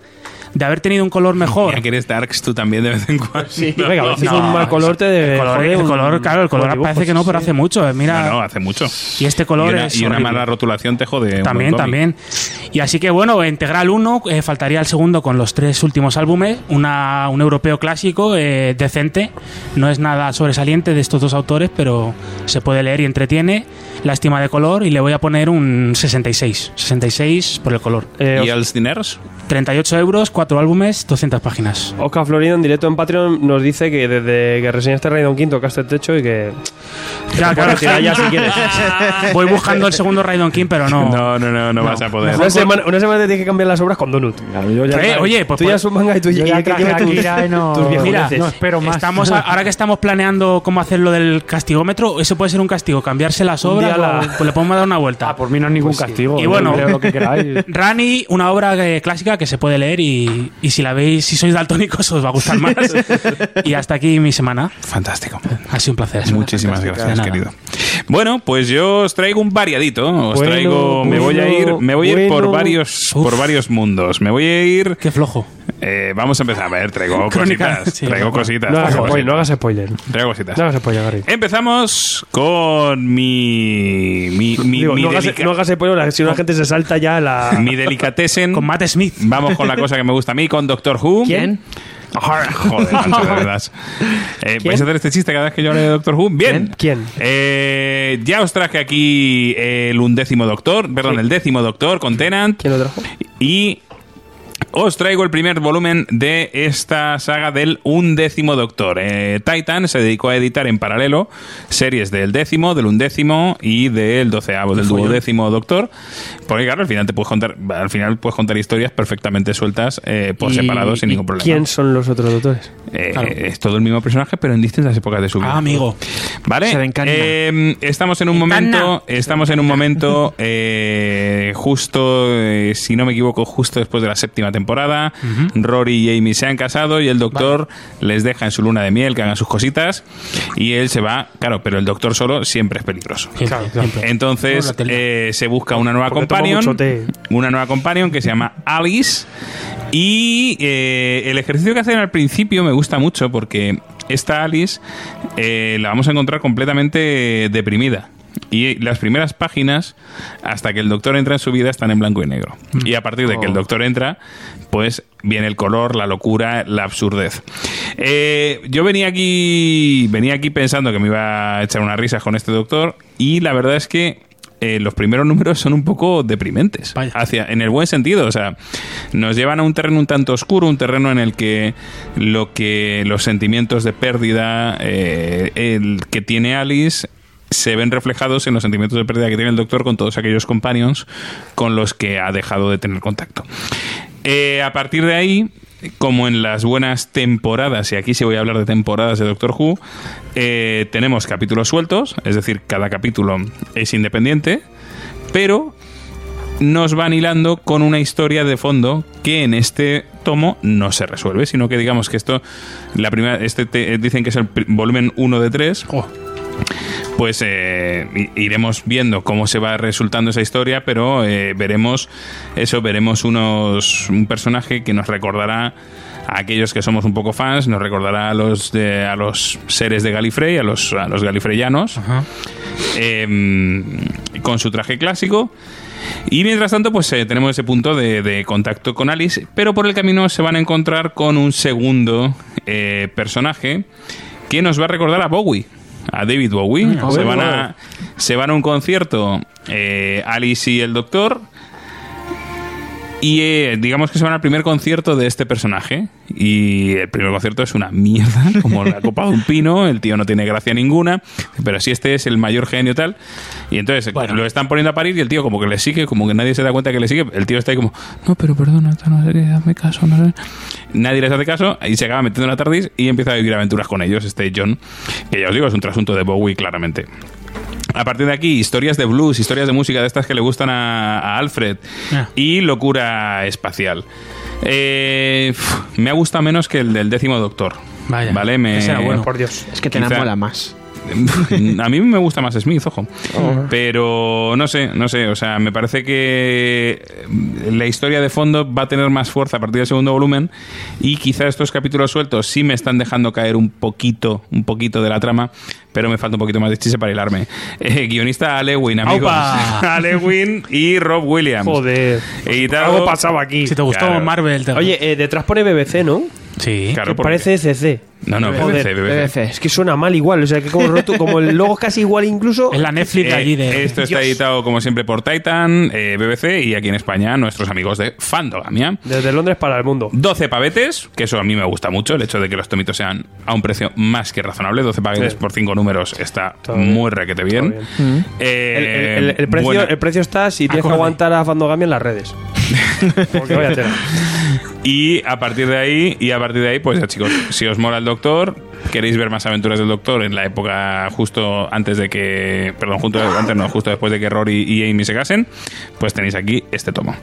S4: De haber tenido un color mejor.
S1: Ya que eres Darks tú también de vez en cuando.
S2: Venga, a veces
S4: No,
S2: un mal color te
S4: El color,
S2: jode
S4: el
S2: un-
S4: color, claro, el color
S2: dibujos,
S4: parece que no, pero
S2: sí.
S4: hace mucho. eh, Mira,
S1: No, no, hace mucho.
S4: y este color
S1: y una,
S4: es
S1: y una
S4: horrible.
S1: mala rotulación te jode. un
S4: También,
S1: buen cómic.
S4: también. Y así que bueno, integral 1, eh, faltaría el segundo con los tres últimos álbumes, una, un europeo clásico eh, decente, no es nada sobresaliente de estos dos autores, pero se puede leer y entretiene, lástima de color, y le voy a poner un 66, 66 por el color.
S2: Eh,
S1: ¿Y els diners?
S4: 38 euros, cuatro álbumes, 200 páginas.
S2: Oscar Florido en directo en Patreon nos dice que desde que reseñaste Raidon Quinto que el techo y que
S4: Claro,
S2: puedes tirar ya si quieres.
S4: Voy buscando el segundo Raidon King, pero no.
S1: no, no, no, no vas a poder.
S2: una semana, una semana te tienes que cambiar las obras con Donut.
S5: Claro, yo ya-
S4: pues- Eh, oye, pues
S2: tú ya es un manga y tú
S6: Yo
S2: y
S6: ya
S2: que
S6: traje
S2: lleve
S6: a
S2: tus-
S6: Kira y no,
S2: tus
S6: mira,
S2: viejudeces.
S6: no espero más.
S4: Estamos a- ahora que estamos planeando cómo hacer lo del castigómetro, eso puede ser un castigo, cambiarse las
S2: Un día
S4: obras,
S2: la-
S4: o- pues le podemos dar una vuelta.
S6: Ah, por mí no es ningún
S2: Pues sí.
S6: castigo.
S4: Y
S6: yo
S4: bueno.
S6: leo lo que queráis.
S4: Rani, una obra eh, clásica que se puede leer y, y si la veis, si sois daltónicos, os va a gustar más. y hasta aquí mi semana.
S1: Fantástico.
S4: Ha sido un placer.
S1: Muchísimas gracias,
S4: Nada.
S1: querido. Bueno, pues yo os traigo un variadito. Os
S2: Bueno,
S1: traigo. Me voy a ir.
S2: bueno,
S1: Me voy a ir por
S2: bueno.
S1: varios. Por varios mundos. Me voy a ir.
S4: Qué flojo.
S1: eh, vamos a empezar. A ver, traigo
S4: Crónica,
S1: cositas.
S4: sí,
S1: Traigo
S4: bueno.
S1: cositas.
S2: No hagas
S1: traigo
S2: spoiler, no
S1: cositas,
S2: hagas spoiler.
S1: traigo cositas.
S2: No hagas spoiler, Gary.
S1: Empezamos con mi. Mi, mi,
S2: Digo,
S1: mi
S2: no, hagas,
S1: delica-
S2: no hagas spoiler, si no la gente se salta ya la.
S1: mi delicatessen.
S4: Con Matt Smith.
S1: Vamos con la cosa que me gusta a mí, con Doctor Who.
S3: ¿Quién?
S1: Joder, joder, macho, de verdad. Eh, ¿Vais a hacer este chiste cada vez que yo hable de Doctor Who? Bien.
S2: ¿Quién?
S1: Eh, ya os traje aquí el undécimo Doctor, perdón, el décimo Doctor con Tenant.
S2: ¿Quién lo trajo?
S1: Y os traigo el primer volumen de esta saga del undécimo Doctor. Eh, Titan se dedicó a editar en paralelo series del décimo, del undécimo y del doceavo, del duodécimo Doctor. Porque claro, al final te puedes contar, al final puedes contar historias perfectamente sueltas eh, por
S3: Y-
S1: separado sin
S3: y
S1: ningún problema.
S2: ¿Quién son los otros doctores?
S1: Eh, Es todo el mismo personaje, pero en distintas épocas de su vida.
S4: Ah, amigo.
S1: Vale,
S3: Se reencarna.
S1: eh, estamos en un
S4: Encarna.
S1: momento, estamos en un momento eh, justo, eh, si no me equivoco, justo después de la séptima temporada. Rory y Amy se han casado y el doctor les deja en su luna de miel que hagan sus cositas y él se va, claro, pero el doctor solo siempre es peligroso.
S4: Siempre, siempre.
S1: Entonces
S4: Hola,
S1: eh, se busca una nueva
S2: Porque toma
S1: companion,
S2: mucho té.
S1: una nueva companion que se llama Alice y eh, el ejercicio que hacen al principio me gusta mucho porque esta Alice eh, la vamos a encontrar completamente deprimida. Y las primeras páginas, hasta que el doctor entra en su vida, están en blanco y negro.
S2: Mm.
S1: Y a partir de
S2: Oh.
S1: que el doctor entra, pues viene el color, la locura, la absurdez. Eh, yo venía aquí, venía aquí pensando que me iba a echar unas risas con este doctor y la verdad es que eh, los primeros números son un poco deprimentes.
S4: Vaya.
S1: Hacia, en el buen sentido, o sea, nos llevan a un terreno un tanto oscuro, un terreno en el que, lo que los sentimientos de pérdida eh, el que tiene Alice se ven reflejados en los sentimientos de pérdida que tiene el doctor con todos aquellos companions con los que ha dejado de tener contacto. Eh, a partir de ahí, como en las buenas temporadas, y aquí sí voy a hablar de temporadas de Doctor Who, eh, tenemos capítulos sueltos, es decir, cada capítulo es independiente, pero nos van hilando con una historia de fondo que en este tomo no se resuelve, sino que digamos que esto, la primera, este te- dicen que es el pri- volumen 1 de 3, pues eh, i- iremos viendo cómo se va resultando esa historia, pero eh, veremos eso, veremos unos, un personaje que nos recordará a aquellos que somos un poco fans, nos recordará a los, de- a los seres de Galifrey, a los, a los galifreyanos, eh, con su traje clásico. Y mientras tanto, pues eh, tenemos ese punto de, de contacto con Alice, pero por el camino se van a encontrar con un segundo eh, personaje que nos va a recordar a Bowie, Mm, a David Bowie. se, van a, se van a un concierto eh, Alice y el Doctor. Y eh, digamos que se van al primer concierto de este personaje. Y el primer concierto es una mierda, como la copa de un pino. El tío no tiene gracia ninguna. Pero si este es el mayor genio tal. Y entonces lo están poniendo a parir y el tío como que le sigue, como que nadie se da cuenta que le sigue. El tío está ahí como, no, pero perdona, esto no sería, hazme caso, no sé. Nadie les hace caso y se acaba metiendo en la tardis y empieza a vivir aventuras con ellos, este John. Que ya os digo, es un trasunto de Bowie claramente. A partir de aquí, historias de blues, historias de música de estas que le gustan a, a Alfred
S4: Ah.
S1: y locura espacial. Eh, pf, me ha gustado menos que el del décimo doctor.
S4: Vaya.
S1: ¿Vale? Me,
S4: Ese era bueno.
S2: Por Dios.
S3: Es que te
S1: Quizá-
S3: enamora más.
S1: a mí me gusta más Smith, ojo.
S2: Oh.
S1: Pero no sé, no sé. O sea, me parece que eh, la historia de fondo va a tener más fuerza a partir del segundo volumen. Y quizá estos capítulos sueltos sí me están dejando caer un poquito, un poquito de la trama. Pero me falta un poquito más de chiste para hilarme. Eh, guionista Alewin, amigos.
S4: ¡Aupa!
S1: Alewin y Rob Williams.
S2: Joder.
S1: Editado-
S2: Algo pasaba aquí.
S4: Si te gustó
S1: Claro.
S4: Marvel, te...
S2: Oye, eh, detrás pone BBC, ¿no?
S4: sí.
S1: Claro,
S2: Que
S1: porque-
S2: parece CC.
S1: No, no,
S2: Joder,
S1: BBC, BBC.
S2: Es que suena mal igual, o sea, que como, roto- como el logo es casi igual incluso...
S4: Es la Netflix de
S1: Eh,
S4: allí de...
S1: esto está
S2: Dios.
S1: editado como siempre por Titan, eh, BBC y aquí en España nuestros amigos de Fandogamia.
S2: Desde Londres para el mundo.
S1: 12 pavetes, que eso a mí me gusta mucho, el hecho de que los tomitos sean a un precio más que razonable. 12 pavetes
S2: Sí.
S1: por 5 números está
S2: Está bien.
S1: muy requete bien.
S2: Está
S1: Mm. Eh,
S2: El, el- el- el precio,
S1: bueno,
S2: el precio está si tienes que
S4: Acorde.
S2: aguantar a Fandogamia en las redes. Porque vaya tela.
S1: Y a partir de ahí, y a partir de ahí, pues ya chicos, si os mola el Doctor, queréis ver más aventuras del Doctor en la época justo antes de que, perdón, junto antes no, justo después de que Rory y Amy se casen, pues tenéis aquí este tomo.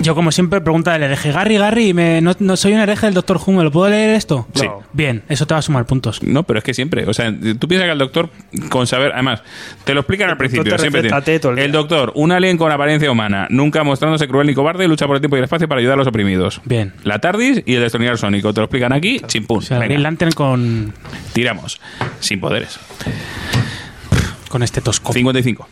S4: Yo, como siempre, pregunta del hereje. Garry, Garry, me- no, no soy un hereje del Doctor Who, ¿me lo puedo leer esto?
S1: Sí.
S2: No.
S4: Bien, eso te va a sumar puntos.
S1: No, pero es que siempre. O sea, tú piensas que el doctor, con saber. Además, te lo explican al
S2: doctor
S1: principio.
S2: te
S1: Siempre
S2: receta
S1: tiene,
S2: té todo el
S1: el,
S2: día.
S1: doctor, un alien con apariencia humana, nunca mostrándose cruel ni cobarde, lucha por el tiempo y el espacio para ayudar a los oprimidos.
S4: Bien.
S1: La Tardis y el destornillador sónico. Te lo explican aquí, chimpún.
S4: O sea,
S1: Venga,
S4: Green Lantern con,
S1: tiramos. Sin poderes.
S4: con este tosco.
S1: 55.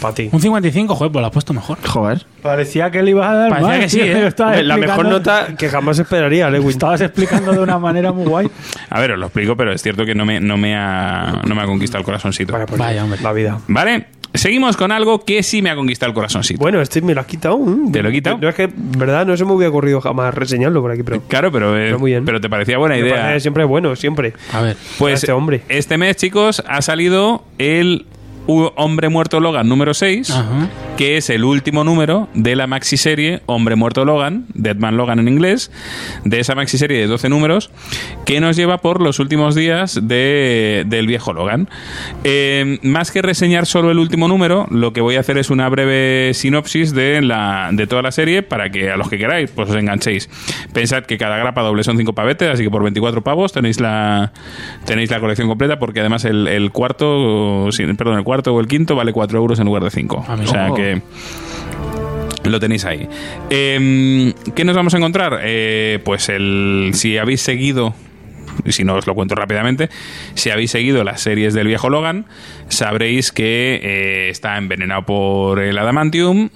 S2: Pa' ti.
S4: Un 55, joder, pues lo has puesto mejor.
S3: Joder.
S5: Parecía que le ibas a dar
S4: Parecía
S5: más,
S4: que sí,
S5: tío,
S4: ¿eh?
S5: pero estabas
S2: La mejor
S5: explicando-
S2: nota que jamás esperaría, Lewis.
S5: Estabas explicando de una manera muy guay.
S1: A ver, os lo explico, pero es cierto que no me, no me, ha, no me ha conquistado el corazoncito.
S2: Vale, pues
S4: Vaya, hombre.
S2: La vida.
S1: Vale. Seguimos con algo que sí me ha conquistado el corazoncito.
S2: Bueno, este me lo has quitado. ¿eh?
S1: ¿Te lo he quitado?
S2: No es que, verdad, no se me hubiera ocurrido jamás reseñarlo por aquí, pero...
S1: Claro, pero, eh,
S2: Pero muy bien.
S1: pero te parecía buena
S2: me
S1: idea.
S2: parece que siempre es bueno, siempre.
S4: A ver.
S1: Pues
S2: Este hombre.
S1: este mes, chicos, ha salido el U- Hombre Muerto Logan número 6,
S4: Ajá.
S1: que es el último número de la maxiserie Hombre Muerto Logan, Deadman Logan en inglés, de esa maxiserie de 12 números, que nos lleva por los últimos días de, del viejo Logan. Eh, más que reseñar solo el último número, lo que voy a hacer es una breve sinopsis de, la, de toda la serie para que a los que queráis, pues os enganchéis. Pensad que cada grapa doble son 5 pavetes, así que por 24 pavos tenéis la, tenéis la colección completa, porque además el, el cuarto, o si- perdón, el cuarto o el quinto vale 4 euros en lugar de 5.
S4: Ah,
S1: O
S4: mira.
S1: sea
S4: Oh.
S1: que lo tenéis ahí. Eh, ¿Qué nos vamos a encontrar? Eh, pues el si habéis seguido y si no os lo cuento rápidamente, si habéis seguido las series del viejo Logan, sabréis que eh, está envenenado por el adamantium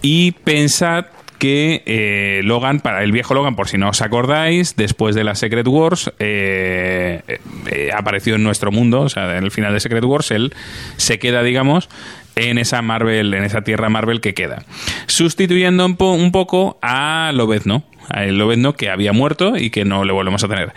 S1: y pensad que eh, Logan, para el viejo Logan, por si no os acordáis, después de la Secret Wars, eh, eh, eh, apareció en nuestro mundo, o sea, en el final de Secret Wars, él se queda, digamos, en esa Marvel, en esa tierra Marvel que queda. Sustituyendo un, po- un poco a Lobezno, a el Lobezno que había muerto y que no le volvemos a tener.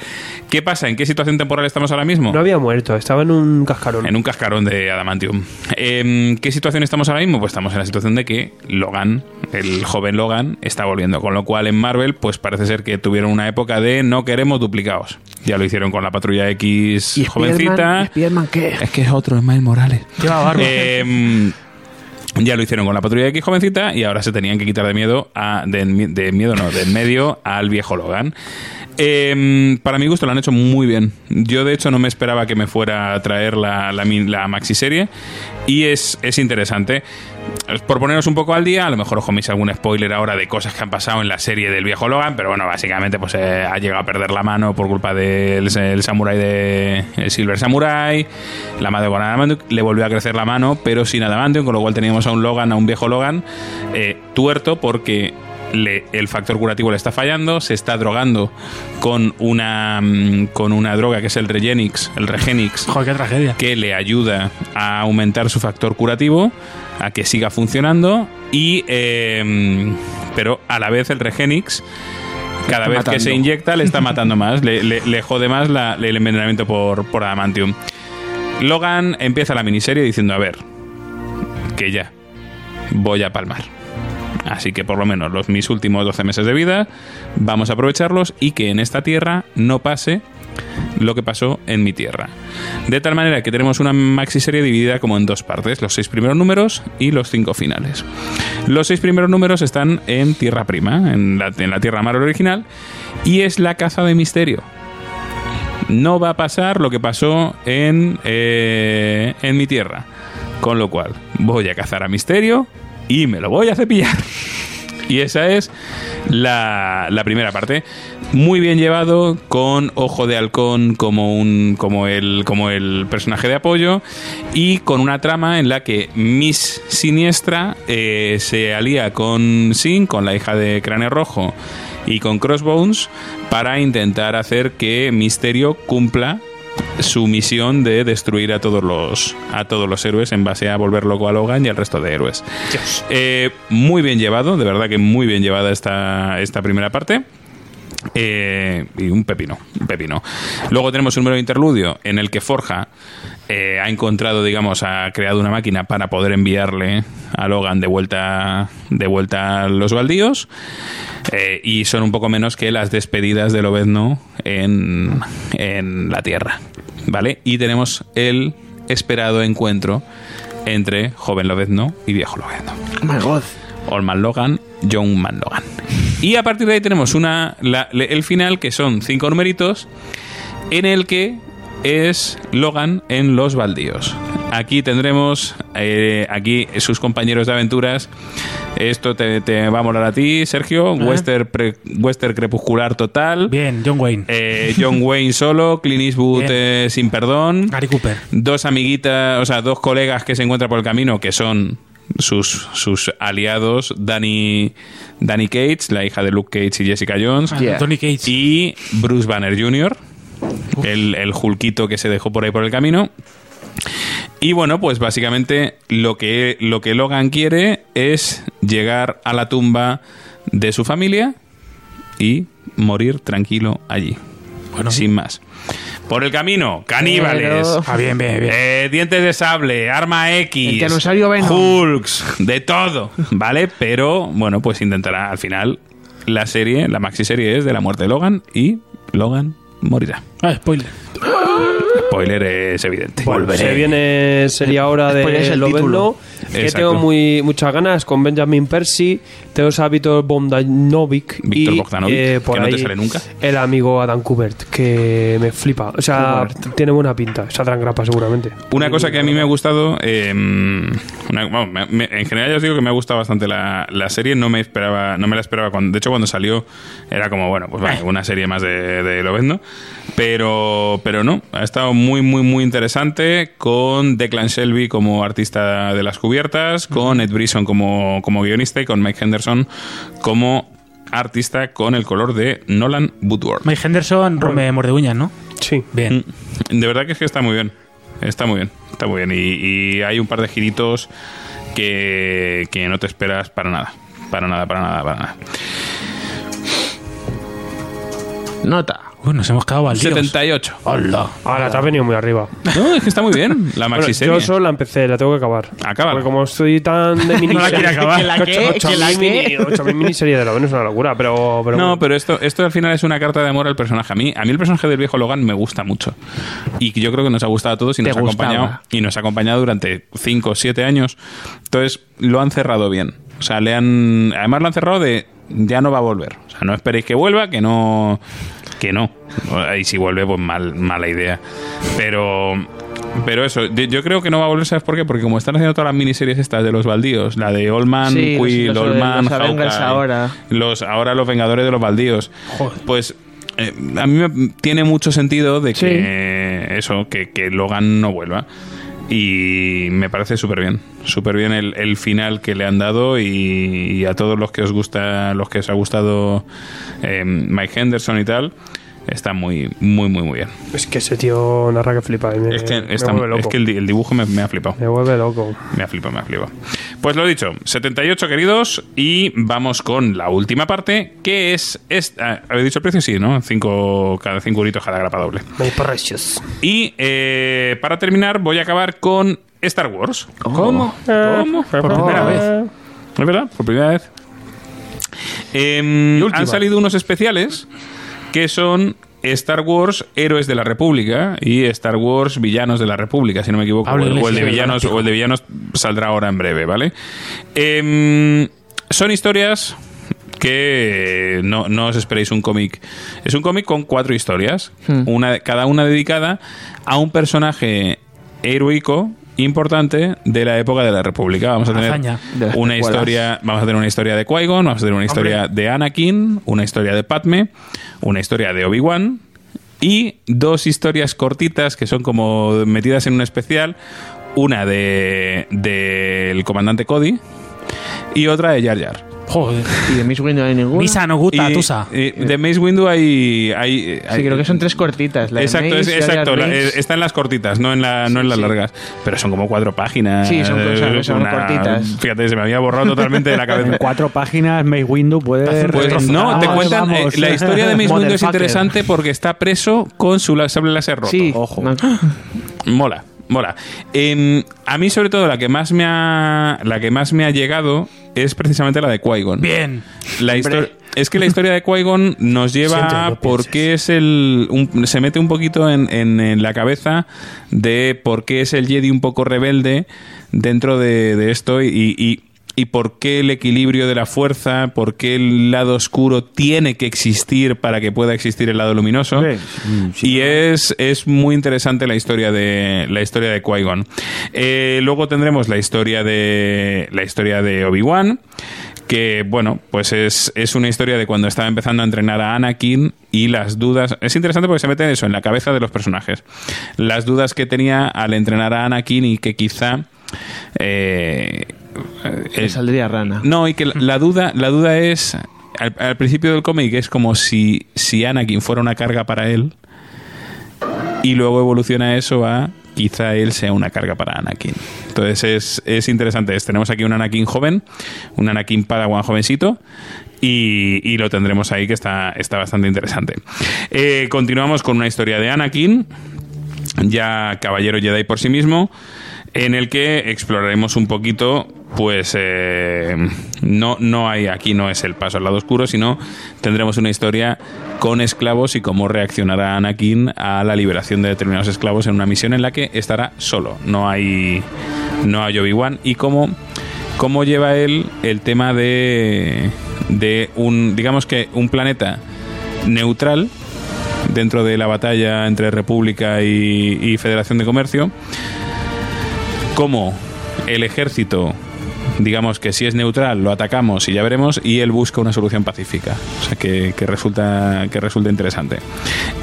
S1: ¿Qué pasa? ¿En qué situación temporal estamos ahora mismo?
S2: No había muerto, estaba en un cascarón.
S1: En un cascarón de Adamantium. Em, ¿Qué situación estamos ahora mismo? Pues estamos en la situación de que Logan, el joven Logan, está volviendo. Con lo cual en Marvel, pues parece ser que tuvieron una época de no queremos duplicados. Ya lo hicieron con la patrulla X
S3: ¿Y Spiderman? ¿Y
S1: jovencita.
S3: Spiderman qué?
S1: Es que es otro, es Miles Morales.
S4: Lleva barba.
S1: Em, ya lo hicieron con la patrulla X jovencita y ahora se tenían que quitar de miedo a, de, en mi- de miedo no, de en medio al viejo Logan. Em, para mi gusto lo han hecho muy bien. Yo de hecho no me esperaba que me fuera a traer la, la, min- la maxi serie y es, es interesante. Por poneros un poco al día, a lo mejor os coméis algún spoiler ahora de cosas que han pasado en la serie del viejo Logan, pero bueno, básicamente pues eh, ha llegado a perder la mano por culpa del el samurái de el Silver Samurai, la madre con Adamantium, le volvió a crecer la mano, pero sin Adamantium, con lo cual teníamos a un Logan, a un viejo Logan, eh, tuerto porque le- el factor curativo le está fallando, se está drogando con una, mm, con una droga que es el Regenix, el Regenix
S4: Joder, qué tragedia.
S1: que le ayuda a aumentar su factor curativo, a que siga funcionando, y eh, pero a la vez el Regenix, cada vez que
S5: matando.
S1: se inyecta, le está matando más, le, le- le jode más la- el envenenamiento por, por adamantium. Logan empieza la miniserie diciendo, a ver, que ya, voy a palmar. Así que por lo menos los mis últimos 12 meses de vida vamos a aprovecharlos y que en esta tierra no pase lo que pasó en mi tierra. De tal manera que tenemos una maxiserie dividida como en dos partes, los seis primeros números y los cinco finales. Los seis primeros números están en Tierra Prima, en la, en la Tierra Marvel original, y es la caza de misterio. No va a pasar lo que pasó en, eh, en mi tierra. Con lo cual, voy a cazar a misterio y me lo voy a cepillar. Y esa es la, la primera parte. Muy bien llevado, con ojo de halcón como un. como el. como el personaje de apoyo. Y con una trama en la que Miss Siniestra eh, se alía con Sin, con la hija de Cráneo Rojo y con Crossbones, para intentar hacer que Misterio cumpla su misión de destruir a todos los a todos los héroes en base a volver loco a Logan y al resto de héroes. Eh, muy bien llevado, de verdad que muy bien llevada esta, esta primera parte. Eh, y un pepino, un pepino. Luego tenemos un número de interludio en el que Forja eh, ha encontrado, digamos, ha creado una máquina para poder enviarle a Logan de vuelta, de vuelta a los baldíos. Eh, y son un poco menos que las despedidas de Lobezno en, en la Tierra. ¿Vale? Y tenemos el esperado encuentro entre joven Lobezno y viejo Lobezno.
S3: Oh my god.
S1: Old Man Logan, Young Man Logan. Y a partir de ahí tenemos una, la- le- el final, que son cinco numeritos, en el que es Logan en los baldíos. Aquí tendremos eh, aquí sus compañeros de aventuras. Esto te, te va a molar a ti, Sergio. Western, pre- Western crepuscular total.
S4: Bien, John Wayne.
S1: Eh, John Wayne solo, Clint Eastwood
S4: Bien.
S1: eh, sin perdón
S4: Gary Cooper.
S1: dos amiguitas, o sea, dos colegas que se encuentran por el camino que son sus, sus aliados, Danny, Danny Cates, la hija de Luke Cates y Jessica Jones,
S3: Yeah.
S4: Tony Cage.
S1: y Bruce Banner Jr., el, el julquito que se dejó por ahí por el camino. Y bueno, pues básicamente lo que, lo que Logan quiere es llegar a la tumba de su familia y morir tranquilo allí. sin más. Por el camino, caníbales.
S3: Pero-
S4: Ah, bien, bien, bien.
S1: Eh, dientes de sable, arma
S3: El
S1: X,
S3: tiranosaurio Venom.
S1: Hulks, de todo, ¿vale? Pero bueno, pues intentará al final la serie, la maxi serie es de la muerte de Logan y Logan morirá.
S4: Ah, spoiler.
S1: Spoiler es evidente.
S2: Se viene
S1: Eh,
S2: sería hora
S3: Después es
S2: de
S3: el
S2: Lobezno,
S3: título.
S2: que
S1: Exacto.
S2: tengo muy muchas ganas con Benjamin Percy, Teo Víctor Bogdanovic
S1: Víctor
S2: y
S1: Bogdanovic,
S2: eh,
S1: que no te sale nunca.
S2: el amigo Adam Kubert, que me flipa. O sea, tiene buena pinta, saldrán grapa seguramente.
S1: Una cosa que a mí me ha gustado, eh, una- vamos, me- me- en general ya os digo que me ha gustado bastante la, la serie, no me esperaba, no me la esperaba cuando, de hecho cuando salió era como bueno, pues vale, una serie más de, de Lobezno, pero pero no, ha estado muy muy muy interesante con Declan Shelby como artista de las cubiertas, con Ed Brisson como como guionista y con Mike Henderson como artista con el color de Nolan Woodward.
S4: Mike Henderson, Rome Mordeguñas, ¿no?
S2: Sí.
S4: Bien.
S1: De verdad que es que está muy bien. Está muy bien. Está muy bien. Y, y hay un par de giritos que, que no te esperas para nada. Para nada, para nada, para nada.
S3: Nota.
S4: Uy, nos hemos quedado al
S1: 78.
S4: ¡Hola!
S2: Ahora te has venido muy arriba.
S1: No, es que está muy bien la
S2: Bueno,
S1: maxi
S2: yo solo la empecé, la tengo que acabar.
S1: Acábala.
S2: Porque como estoy tan de miniserie.
S4: quiere acabar.
S3: ¿Que la
S2: Ocho-
S3: qué?
S2: ocho
S3: ¿Que la
S2: mil
S3: qué?
S2: mini- ocho mil miniserie de la Venom es una locura, pero. pero
S1: No, pero esto, esto al final es una carta de amor al personaje. A mí, a mí el personaje del viejo Logan me gusta mucho. Y yo creo que nos ha gustado a todos y
S3: Te
S1: nos ha,
S3: gustaba.
S1: acompañado, y nos ha acompañado durante 5 o 7 años. Entonces, lo han cerrado bien. O sea, le han. Además, lo han cerrado de. Ya no va a volver. O sea, no esperéis que vuelva, que no. Que no. Y si vuelve, pues mal, mala idea. Pero. Pero eso, yo yo creo que no va a volver, ¿sabes por qué? Porque como están haciendo todas las miniseries estas de los baldíos, la de Old Man,
S3: Sí, los-
S1: Quill,
S3: los-
S1: Old
S3: los
S1: Man,
S3: Avengers
S1: Hawkeye,
S3: ahora.
S1: los ahora los Vengadores de los Baldíos. Pues eh, a mí me tiene mucho sentido de que eso, que, que Logan no vuelva. Y me parece súper bien, súper bien el, el final que le han dado y, y a todos los que os gusta, los que os ha gustado eh, Mike Henderson y tal, está muy, muy, muy, muy bien.
S2: Es que ese tío narra que flipa. y me,
S1: es que,
S2: Eh, me
S1: está-
S2: vuelve loco.
S1: es que el, di- el dibujo me- me ha flipado.
S2: Me vuelve loco.
S1: Me ha flipado, me ha flipado. Pues lo dicho, 78 queridos y vamos con la última parte, que es... esta- ah, ¿Habéis dicho el precio? Sí, ¿no? Cinco, cada 5 euritos cada grapa doble.
S2: My precious.
S1: Y eh, para terminar voy a acabar con Star Wars. ¿Cómo? ¿Cómo? Oh. Eh, Por
S2: Oh.
S1: primera vez. ¿Es verdad? Por primera vez. Em, han salido unos especiales que son Star Wars Héroes de la República y Star Wars Villanos de la República, si no me equivoco.
S4: Pablo
S1: o, el- o el de
S4: Iglesias,
S1: villanos,
S4: el
S1: o el de Villanos saldrá ahora en breve, ¿vale? Em, son historias que eh, no, no os esperéis un cómic. Es un cómic con cuatro historias, una, cada una dedicada a un personaje heroico importante de la época de la República. Vamos a tener
S4: Hazaña.
S3: De las
S1: una
S3: precuelas.
S1: historia, vamos a tener una historia de Qui-Gon, vamos a tener una historia de Anakin, una historia de Padme, una historia de Obi-Wan y dos historias cortitas que son como metidas en un especial, una de del comandante Cody y otra de Jar Jar.
S4: Joder.
S3: Y de Miss Window no hay ninguna.
S4: Misa no gusta,
S1: Y-
S4: Tusa.
S1: y de Maze Windu hay, hay,
S3: Sí, creo que son tres cortitas. La de
S1: Exacto, es-
S3: Mace, Jar Jar
S1: exacto. la-
S3: Binks.
S1: eh, está en las cortitas, no en, la, no en las
S3: sí.
S1: largas. Pero son como cuatro páginas.
S3: Sí, son cosas- son cortitas.
S1: Fíjate, se me había borrado totalmente de la
S5: En
S1: cabeza.
S5: cuatro páginas, May Window puede.
S1: Pues no, te
S5: Vamos,
S1: cuentan. eh,
S5: vamos.
S1: la historia de Mace Windu es
S3: Ah, Motherfucker.
S1: interesante porque está preso con su la- sable láser roto. Oh,
S3: Sí,
S5: Ojo.
S3: man-
S1: Mola, mola. Em, a mí, sobre todo, la que más me ha, la que más me ha llegado es precisamente la de Qui-Gon.
S4: Bien.
S1: La histo- es que la historia de Qui-Gon nos lleva
S2: no
S1: por qué es el. un- se mete un poquito en, en- en la cabeza de por qué es el Jedi un poco rebelde dentro de, de esto y, y- y por qué el equilibrio de la fuerza, por qué el lado oscuro tiene que existir para que pueda existir el lado luminoso.
S5: Hombre, sí, Mm, sí,
S1: y es, es muy interesante la historia de la historia de Qui-Gon. Eh, luego tendremos la historia de la historia de Obi-Wan que bueno, pues es, es una historia de cuando estaba empezando a entrenar a Anakin y las dudas. Es interesante porque se mete en eso, en la cabeza de los personajes. Las dudas que tenía al entrenar a Anakin y que quizá. eh, eh,
S3: le saldría rana.
S1: no, y que la- la duda, la duda es. Al, al principio del cómic es como si, si Anakin fuera una carga para él. Y luego evoluciona eso a quizá él sea una carga para Anakin. Entonces es, es interesante. Es- Tenemos aquí un Anakin joven, un Anakin Padawan jovencito. Y, y lo tendremos ahí que está, está bastante interesante. Eh, continuamos con una historia de Anakin ya Caballero Jedi por sí mismo, en el que exploraremos un poquito, pues eh, no, no hay, aquí no es el paso al lado oscuro, sino tendremos una historia con esclavos y cómo reaccionará Anakin a la liberación de determinados esclavos en una misión en la que estará solo, no hay, no hay Obi-Wan, y cómo, cómo lleva él el tema de, de un, digamos que un planeta neutral, dentro de la batalla entre República y, y Federación de Comercio, como el ejército, digamos que si es neutral, lo atacamos y ya veremos, y él busca una solución pacífica. O sea, que, que resulta, que resulta interesante.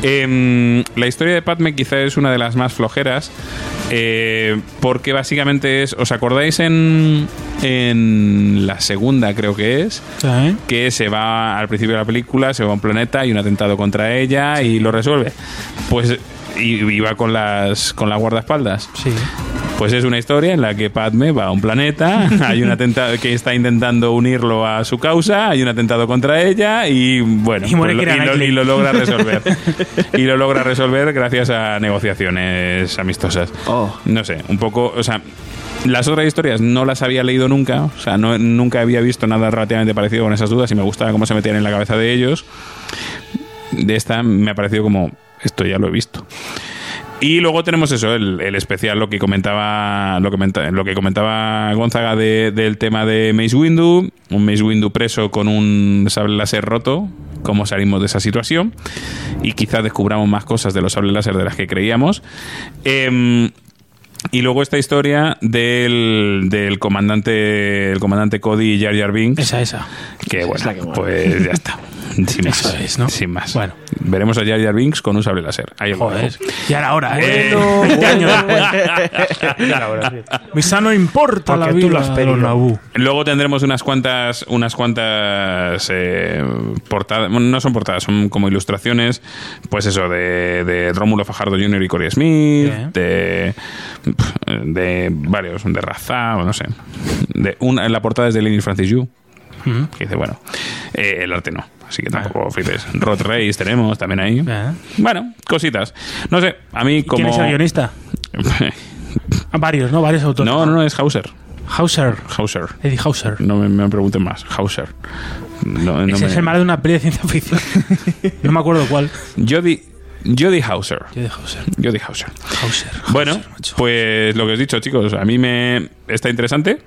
S1: Em, la historia de Padme quizá es una de las más flojeras, eh, porque básicamente es, ¿os acordáis en, en la segunda, creo que es?
S4: ¿Eh?
S1: que se va al principio de la película, se va a un planeta y un atentado contra ella y lo resuelve. Pues y, y va con las con las guardaespaldas.
S4: Sí.
S1: Pues es una historia en la que Padme va a un planeta, hay un atentado que está intentando unirlo a su causa, hay un atentado contra ella y bueno,
S4: Y muere
S1: pues lo, y
S4: Keira
S1: lo-
S4: Knightley.
S1: y lo logra resolver. y lo logra resolver gracias a negociaciones amistosas.
S3: Oh.
S1: No sé, un poco, o sea, las otras historias no las había leído nunca, o sea, no, nunca había visto nada relativamente parecido con esas dudas y me gustaba cómo se metían en la cabeza de ellos. De esta me ha parecido como, esto ya lo he visto. Y luego tenemos eso, el, el especial, lo que comentaba lo que, menta- lo que comentaba Gonzaga de- del tema de Mace Windu, un Mace Windu preso con un sable láser roto, cómo salimos de esa situación y quizás descubramos más cosas de los sables láser de las que creíamos. Em, y luego esta historia del, del comandante el comandante Cody y Jar Jar Binks
S4: Esa, esa.
S1: que bueno,
S3: la que mola.
S1: pues ya está. Sin más.
S4: Eso es, ¿no?
S1: Sin más.
S4: Bueno.
S1: Veremos a Jar Jar Binks con un sable láser. Ahí lo
S4: Joder.
S1: dejo.
S4: Y ahora, ahora, ¿eh?
S1: Bueno,
S4: 20 años después.
S2: Ahora sí.
S4: Misa no importa
S2: Porque
S4: la
S2: tú
S4: vida
S2: lo has
S4: de
S2: pedido.
S4: los Naboo.
S1: Luego tendremos unas cuantas, unas cuantas eh, portadas, bueno, no son portadas, son como ilustraciones, pues eso, de, de Rómulo Fajardo Jr. y Corey Smith,
S4: Bien.
S1: de, de varios, de Raza, o no sé. De una, la portada es de Lenny Francis Yu,
S4: Ujú.
S1: que dice, bueno, eh, el arte no, así que tampoco flipes. Rod Reis tenemos también ahí.
S4: Bien.
S1: Bueno, cositas. No sé, a mí como...
S4: ¿Quién es el guionista? Ah, Varios, ¿no? Varios autores.
S1: no, no, no, es Hauser.
S4: Hauser.
S1: Hauser.
S4: Eddie Hauser.
S1: No me, me pregunten más. Hauser. No, no
S4: Ese es
S1: me-
S4: el malo de una peli de ciencia ficción. no me acuerdo cuál.
S1: Jody, Jody Hauser.
S4: Yo de Hauser.
S1: Jody Hauser.
S4: Hauser.
S1: Bueno,
S4: Hauser, macho.
S1: pues lo que os he dicho, chicos, a mí me está interesante,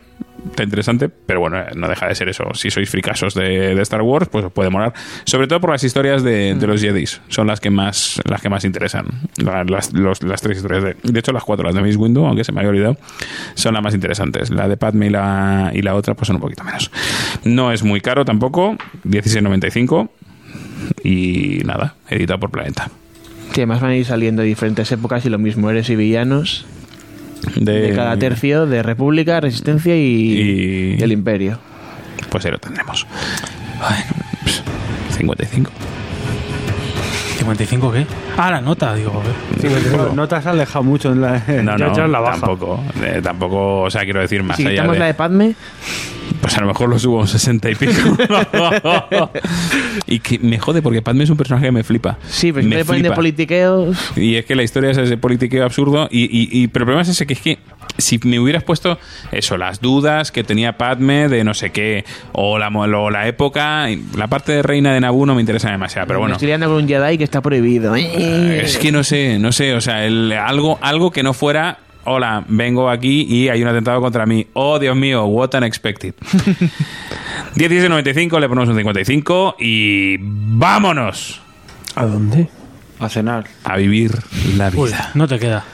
S1: está interesante, pero bueno, eh, no deja de ser eso. Si sois fricasos de, de Star Wars, pues os puede molar. Sobre todo por las historias de, de los Jedi, son las que más, las que más interesan. La- Las, los- las tres historias de, de hecho, las cuatro, las de Mace Windu, aunque se me había olvidado, son las más interesantes. La de Padme y la, y la otra, pues son un poquito menos. No es muy caro tampoco, 16.95 y nada, editado por Planeta.
S3: Que además van a ir saliendo diferentes épocas y lo mismo, héroes y villanos. De cada tercio, de República, Resistencia y,
S1: Eh, Y-
S3: y el Imperio.
S1: Pues ahí lo tendremos. Pss, 55.
S4: 55, ¿qué? Ah, la nota, digo. ¿eh?
S5: No, no te has alejado mucho en la.
S3: Eh,
S1: No,
S2: Ya,
S1: no,
S2: ya la baja.
S1: tampoco. eh, tampoco, o sea, quiero decir más
S3: Si
S1: allá
S3: quitamos
S1: de,
S3: la e- de Padme,
S1: Pues a lo mejor lo subo a un 60 y pico. y que me jode porque Padme es un personaje que me flipa.
S3: sí, pero
S1: me
S3: siempre le ponen de
S1: flipa.
S3: politiqueo.
S1: Y es que la historia es ese politiqueo absurdo. Y, y- y- pero el problema es ese que es que si me hubieras puesto eso, las dudas que tenía Padme de no sé qué, o la, mo- o la época, y la parte de Reina de Naboo no me interesa demasiado. Pero bueno,
S3: Mm, Estoy liando con un Jedi que está prohibido.
S1: Eh,
S3: Eh,
S1: Es que no sé, no sé, o sea, el- algo, algo que no fuera, hola, vengo aquí y hay un atentado contra mí. Oh, Dios mío, what unexpected. 10.95, le ponemos un 55 y vámonos
S2: ¿A dónde?
S5: A cenar.
S1: a vivir la vida.
S4: Uy, no te queda.